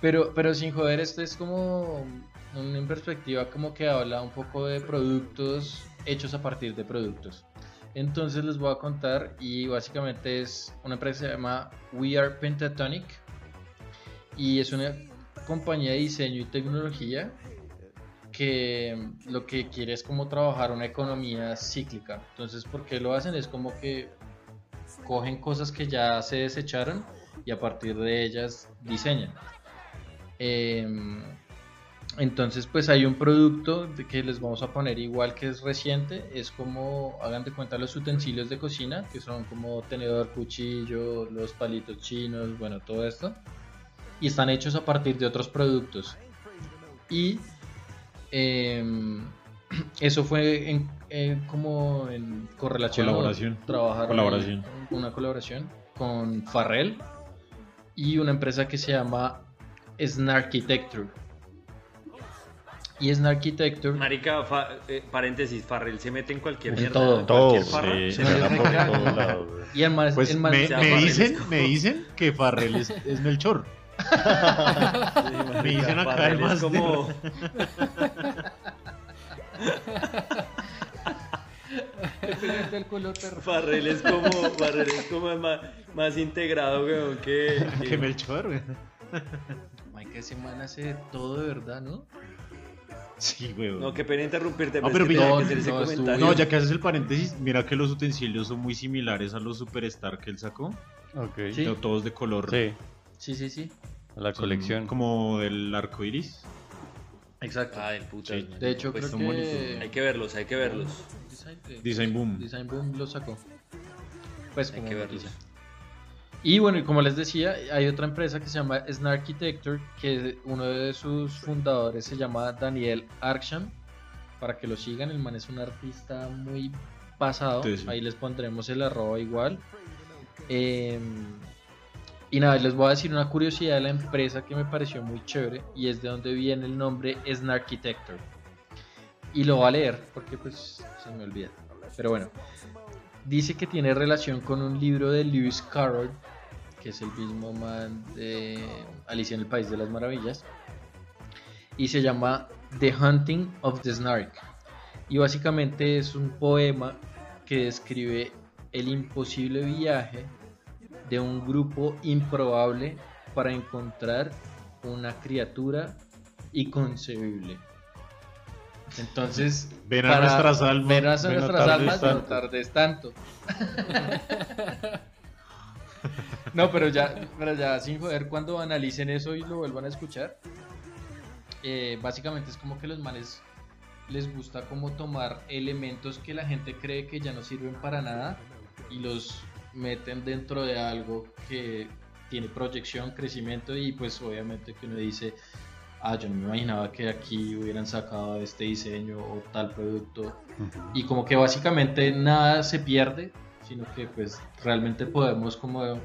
S2: Pero, pero sin joder, esto es como un- en perspectiva como que habla un poco de productos hechos a partir de productos. Entonces les voy a contar y básicamente es una empresa que se llama We Are Pentatonic y es una compañía de diseño y tecnología que lo que quiere es como trabajar una economía cíclica. Entonces, ¿por qué lo hacen? Es como que cogen cosas que ya se desecharon y a partir de ellas diseñan. Em, entonces, pues hay un producto de que les vamos a poner igual que es reciente, es como, hagan de cuenta los utensilios de cocina, que son como tenedor, cuchillo, los palitos chinos, bueno, todo esto, y están hechos a partir de otros productos. Y em, eso fue en- en- como en correlación
S3: Colaboración.
S2: trabajar
S3: Colaboración.
S2: una colaboración con Farrell y una empresa que se llama Snarkitecture. Y Snarkitecture
S5: Marica, fa- eh, paréntesis, Farrell se mete en cualquier
S2: En
S5: mierda.
S2: todo.
S5: en
S4: Todo,
S5: cualquier farra.
S4: sí,
S2: se
S4: se
S2: me
S4: van a
S2: fue
S4: poner
S2: cagando.
S4: todos lados.
S2: y el man,
S3: Pues
S2: el man-
S3: me,
S5: sea
S3: me
S5: Farrell,
S3: dicen,
S5: es como-
S3: me dicen que Farrell es, es Melchor. Me dicen acá
S5: Farrell
S3: el
S5: es
S3: máster.
S5: como... Farrell es como, Farrell es como más, más integrado, weón, que... que-
S3: Que Melchor, güey.
S2: Marica, ese man hace de todo de verdad, ¿no?
S3: Sí, güey.
S5: No, qué pena interrumpirte,
S3: No, pero
S5: pero, es que
S3: mira-
S5: tenía que hacer ese
S2: No, estuvo
S5: comentario.
S3: No, ya que haces el paréntesis, mira que los utensilios son muy similares a los Superstar que él sacó.
S4: Ok.
S2: Sí.
S3: pero Todos de color.
S4: Sí,
S2: Sí, sí, sí.
S4: la
S3: Son
S4: colección.
S3: Como del arco iris.
S2: Exacto.
S5: Ah, del puta.
S3: Sí.
S2: de hecho,
S5: pues
S2: creo
S5: son
S2: que
S3: bonitos.
S5: Hay que verlos, hay que verlos.
S2: Design,
S3: Design Boom.
S2: Design Boom lo sacó. Pues
S5: Hay
S2: como
S5: que verlos.
S2: noticia. Y bueno, y como les decía, hay otra empresa que se llama Snarkitecture, que uno de sus fundadores se llama Daniel Arsham. Para que lo sigan, el man es un artista muy pasado.
S3: Sí, sí.
S2: Ahí les pondremos el arroba igual. Em, y nada, les voy a decir una curiosidad de la empresa que me pareció muy chévere y es de donde viene el nombre Snarkitecture. Y lo voy a leer porque pues se me olvida. Pero bueno, dice que tiene relación con un libro de Lewis Carroll, que es el mismo man de Alicia en el País de las Maravillas, y se llama The Hunting of the Snark. Y básicamente es un poema que describe el imposible viaje de un grupo improbable para encontrar una criatura inconcebible. Entonces,
S3: Ven a
S2: Para-
S3: nuestras almas.
S2: verás a
S4: Ven, no
S2: nuestras
S4: tardes
S2: almas, no
S4: tanto.
S2: tardes tanto. no, pero ya, pero ya sin joder, cuando analicen eso y lo vuelvan a escuchar, eh, básicamente es como que los manes les gusta como tomar elementos que la gente cree que ya no sirven para nada y los meten dentro de algo que tiene proyección, crecimiento y pues obviamente que uno dice, ah, yo no me imaginaba que aquí hubieran sacado este diseño o tal producto
S4: Ujú.
S2: y como que básicamente nada se pierde, sino que pues realmente podemos como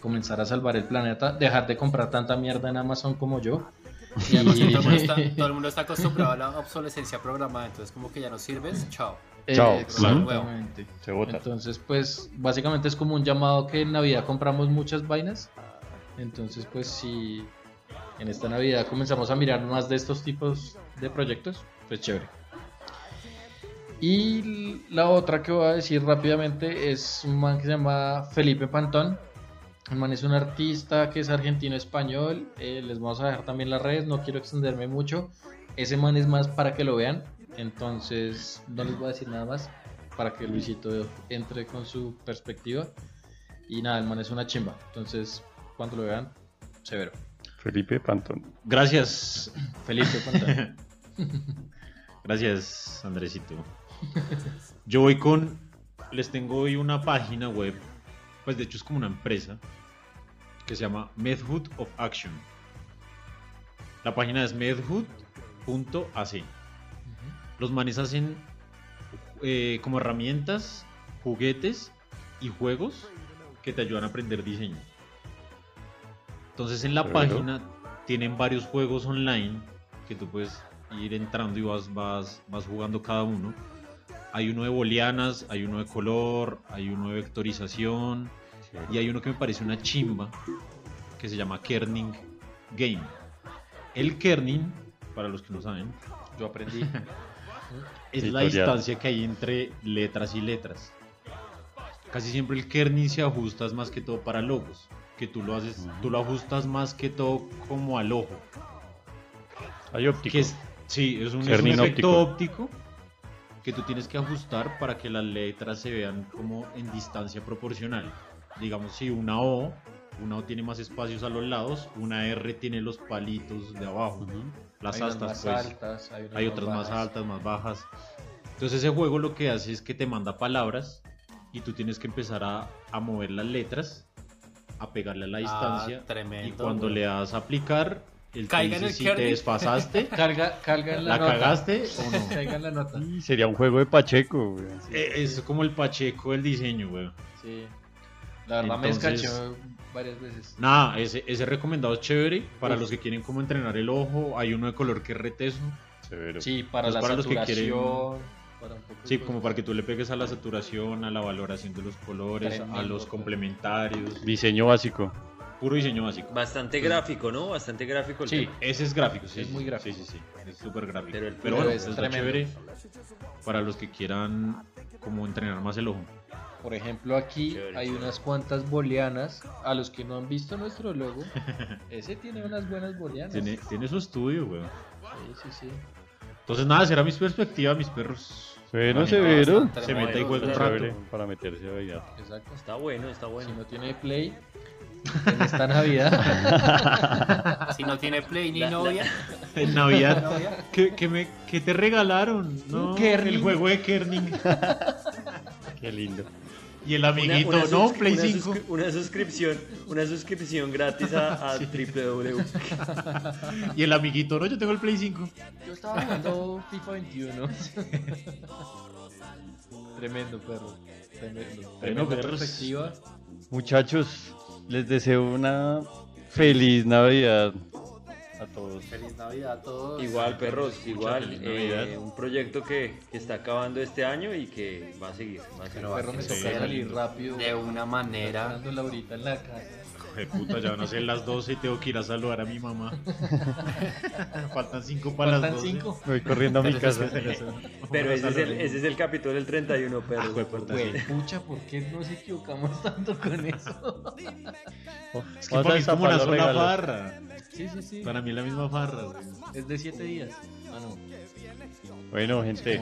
S2: comenzar a salvar el planeta, dejar de comprar tanta mierda en Amazon como yo. Y-
S6: Además que todo, el mundo está, todo el mundo está acostumbrado a la obsolescencia programada, entonces como que ya no sirves, chao.
S2: Eh,
S4: Chao.
S2: exactamente.
S4: Se vota.
S2: Entonces pues básicamente es como un llamado que en Navidad compramos muchas vainas. Entonces pues si en esta Navidad comenzamos a mirar más de estos tipos de proyectos, pues chévere. Y la otra que voy a decir rápidamente es un man que se llama Felipe Pantón. El man es un artista que es argentino-español. eh, les vamos a dejar también las redes, no quiero extenderme mucho. Ese man es más para que lo vean. Entonces no les voy a decir nada más para que Luisito entre con su perspectiva. Y nada, el man es una chimba. Entonces cuando lo vean, severo.
S4: Felipe Pantón.
S3: Gracias.
S2: Felipe Pantón.
S3: Gracias, Andresito. Yo voy con les tengo hoy una página web, pues de hecho es como una empresa, que se llama Method of Action. La página es medhood.ac. Los manes hacen eh, como herramientas, juguetes y juegos que te ayudan a aprender diseño. Entonces en la
S4: Pero-
S3: página tienen varios juegos online que tú puedes ir entrando y vas, vas, vas jugando cada uno. Hay uno de booleanas, hay uno de color, hay uno de vectorización y hay uno que me parece una chimba que se llama kerning game. El kerning, para los que no saben,
S2: Yo aprendí.
S3: es
S4: Sí,
S3: la
S4: toreado.
S3: distancia que hay entre letras y letras. Casi siempre el kerning se ajusta es más que todo para logos, que tú lo haces, tú lo ajustas más que todo como al ojo,
S4: Hay óptico.
S3: que es sí, es un, es un
S4: Kerning
S3: efecto óptico que tú tienes que ajustar para que las letras se vean como en distancia proporcional. Digamos si una O, una O tiene más espacios a los lados, una R tiene los palitos de abajo,
S4: Ujú.
S3: las
S2: unas
S3: astas
S2: más
S3: pues.
S2: altas, hay, unas
S3: Hay otras más
S2: bajas.
S3: altas, más bajas. Entonces ese juego lo que hace es que te manda palabras y tú tienes que empezar a, a mover las letras, a pegarle a la distancia.
S6: Ah, tremendo,
S3: y cuando
S6: güey.
S3: le das a aplicar, él te
S6: Caiga en
S3: dice
S6: el
S3: si te
S6: Kearney.
S3: desfasaste,
S2: Carga, carga en la,
S3: la
S2: nota.
S3: cagaste o no.
S2: Carga en la nota.
S4: Y sería un juego de Pacheco, güey. así.
S3: Eh, Es como el pacheco del diseño, weón.
S2: Sí. La verdad
S3: Entonces-
S2: me escaché varias veces.
S3: Nada, ese, ese recomendado es chévere. Para los que quieren como entrenar el ojo, hay uno de color que es reteso.
S4: Severo.
S2: Sí, para
S3: Pues
S2: la
S3: para los que
S2: saturación.
S3: quieren-
S2: para un poco de
S3: Sí,
S2: cosas.
S3: como para que tú le pegues a la saturación, a la valoración de los colores, a
S2: Tremendo,
S3: los
S2: weón.
S3: complementarios.
S4: Diseño básico.
S3: Puro diseño básico.
S5: Bastante gráfico, ¿no? Bastante gráfico el
S3: Sí,
S5: tema.
S3: ese es gráfico, sí.
S2: Es
S3: sí,
S2: muy
S3: sí,
S2: gráfico.
S3: Sí, sí, sí. Es súper gráfico.
S5: Pero
S3: Pero,
S5: el
S2: pero
S3: bueno,
S2: es
S3: es
S2: tremendo.
S3: chévere para los que quieran como entrenar más el ojo.
S2: Por ejemplo, aquí
S5: Chévere,
S2: hay
S5: chévere.
S2: unas cuantas boleanas. A los que no han visto nuestro logo, ese tiene unas buenas boleanas.
S3: Tiene, tiene su estudio, weón.
S2: Sí, sí, sí.
S3: Entonces, nada, será mi perspectiva, mis perros.
S4: Bueno,
S3: Para
S4: severo.
S6: bastante
S3: Se
S6: bueno,
S3: mete y juega un
S6: pero-
S3: rato.
S4: Chévere Para meterse a bailar.
S2: Exacto.
S5: Está bueno, está bueno.
S2: Si no tiene play en esta Navidad,
S6: Si no tiene play ni
S5: La- la-
S6: novia,
S3: En Navidad. ¿Qué, qué me, qué te regalaron? No,
S2: Kerning.
S3: el juego de Kerning.
S4: Qué lindo.
S3: Y el amiguito,
S5: Una- una
S3: no,
S5: suscri-
S3: Play
S5: una
S3: 5.
S5: suscri- Una suscripción, una suscripción gratis a, a www.
S3: Y el amiguito, no, yo tengo el Play 5.
S2: yo estaba jugando FIFA 21. tremendo, perro. Tremendo. Tremendo
S3: perros.
S2: perspectiva.
S4: Muchachos, les deseo una feliz Navidad a todos.
S6: Feliz Navidad a todos.
S5: Igual, perros,
S3: Escucha,
S5: igual.
S3: feliz
S5: eh,
S3: Navidad.
S5: un proyecto que, que está acabando este año y que va a seguir. Va a seguir.
S2: Perro me
S3: Sí.
S2: toca salir rápido.
S6: De una manera.
S2: Dando Laurita en la casa.
S3: Joder, puta, ya van a ser las 12 y tengo que ir a saludar a mi mamá. Faltan 5 para
S2: Faltan
S3: las ¿eh? 12.
S2: cinco.
S4: Me voy corriendo a mi casa.
S5: Pero ese es, el, ese es el capítulo del 31, perros.
S3: Ah,
S2: Güey, pucha, ¿por qué nos equivocamos tanto con eso?
S3: Es que para mí es como una sola farra.
S2: Sí, sí, sí.
S3: Para mí es la misma farra. güey.
S2: Es de 7 días. Ah, no.
S4: Bueno, gente.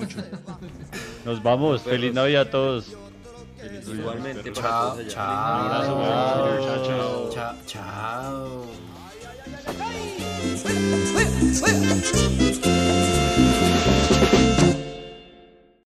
S4: Nos vamos. Feliz Navidad a todos.
S5: Igualmente, para todos
S6: Chao,
S5: allá.
S6: chao.
S3: abrazo, chao, chao.
S6: Chao, chao.
S8: Slip, slip.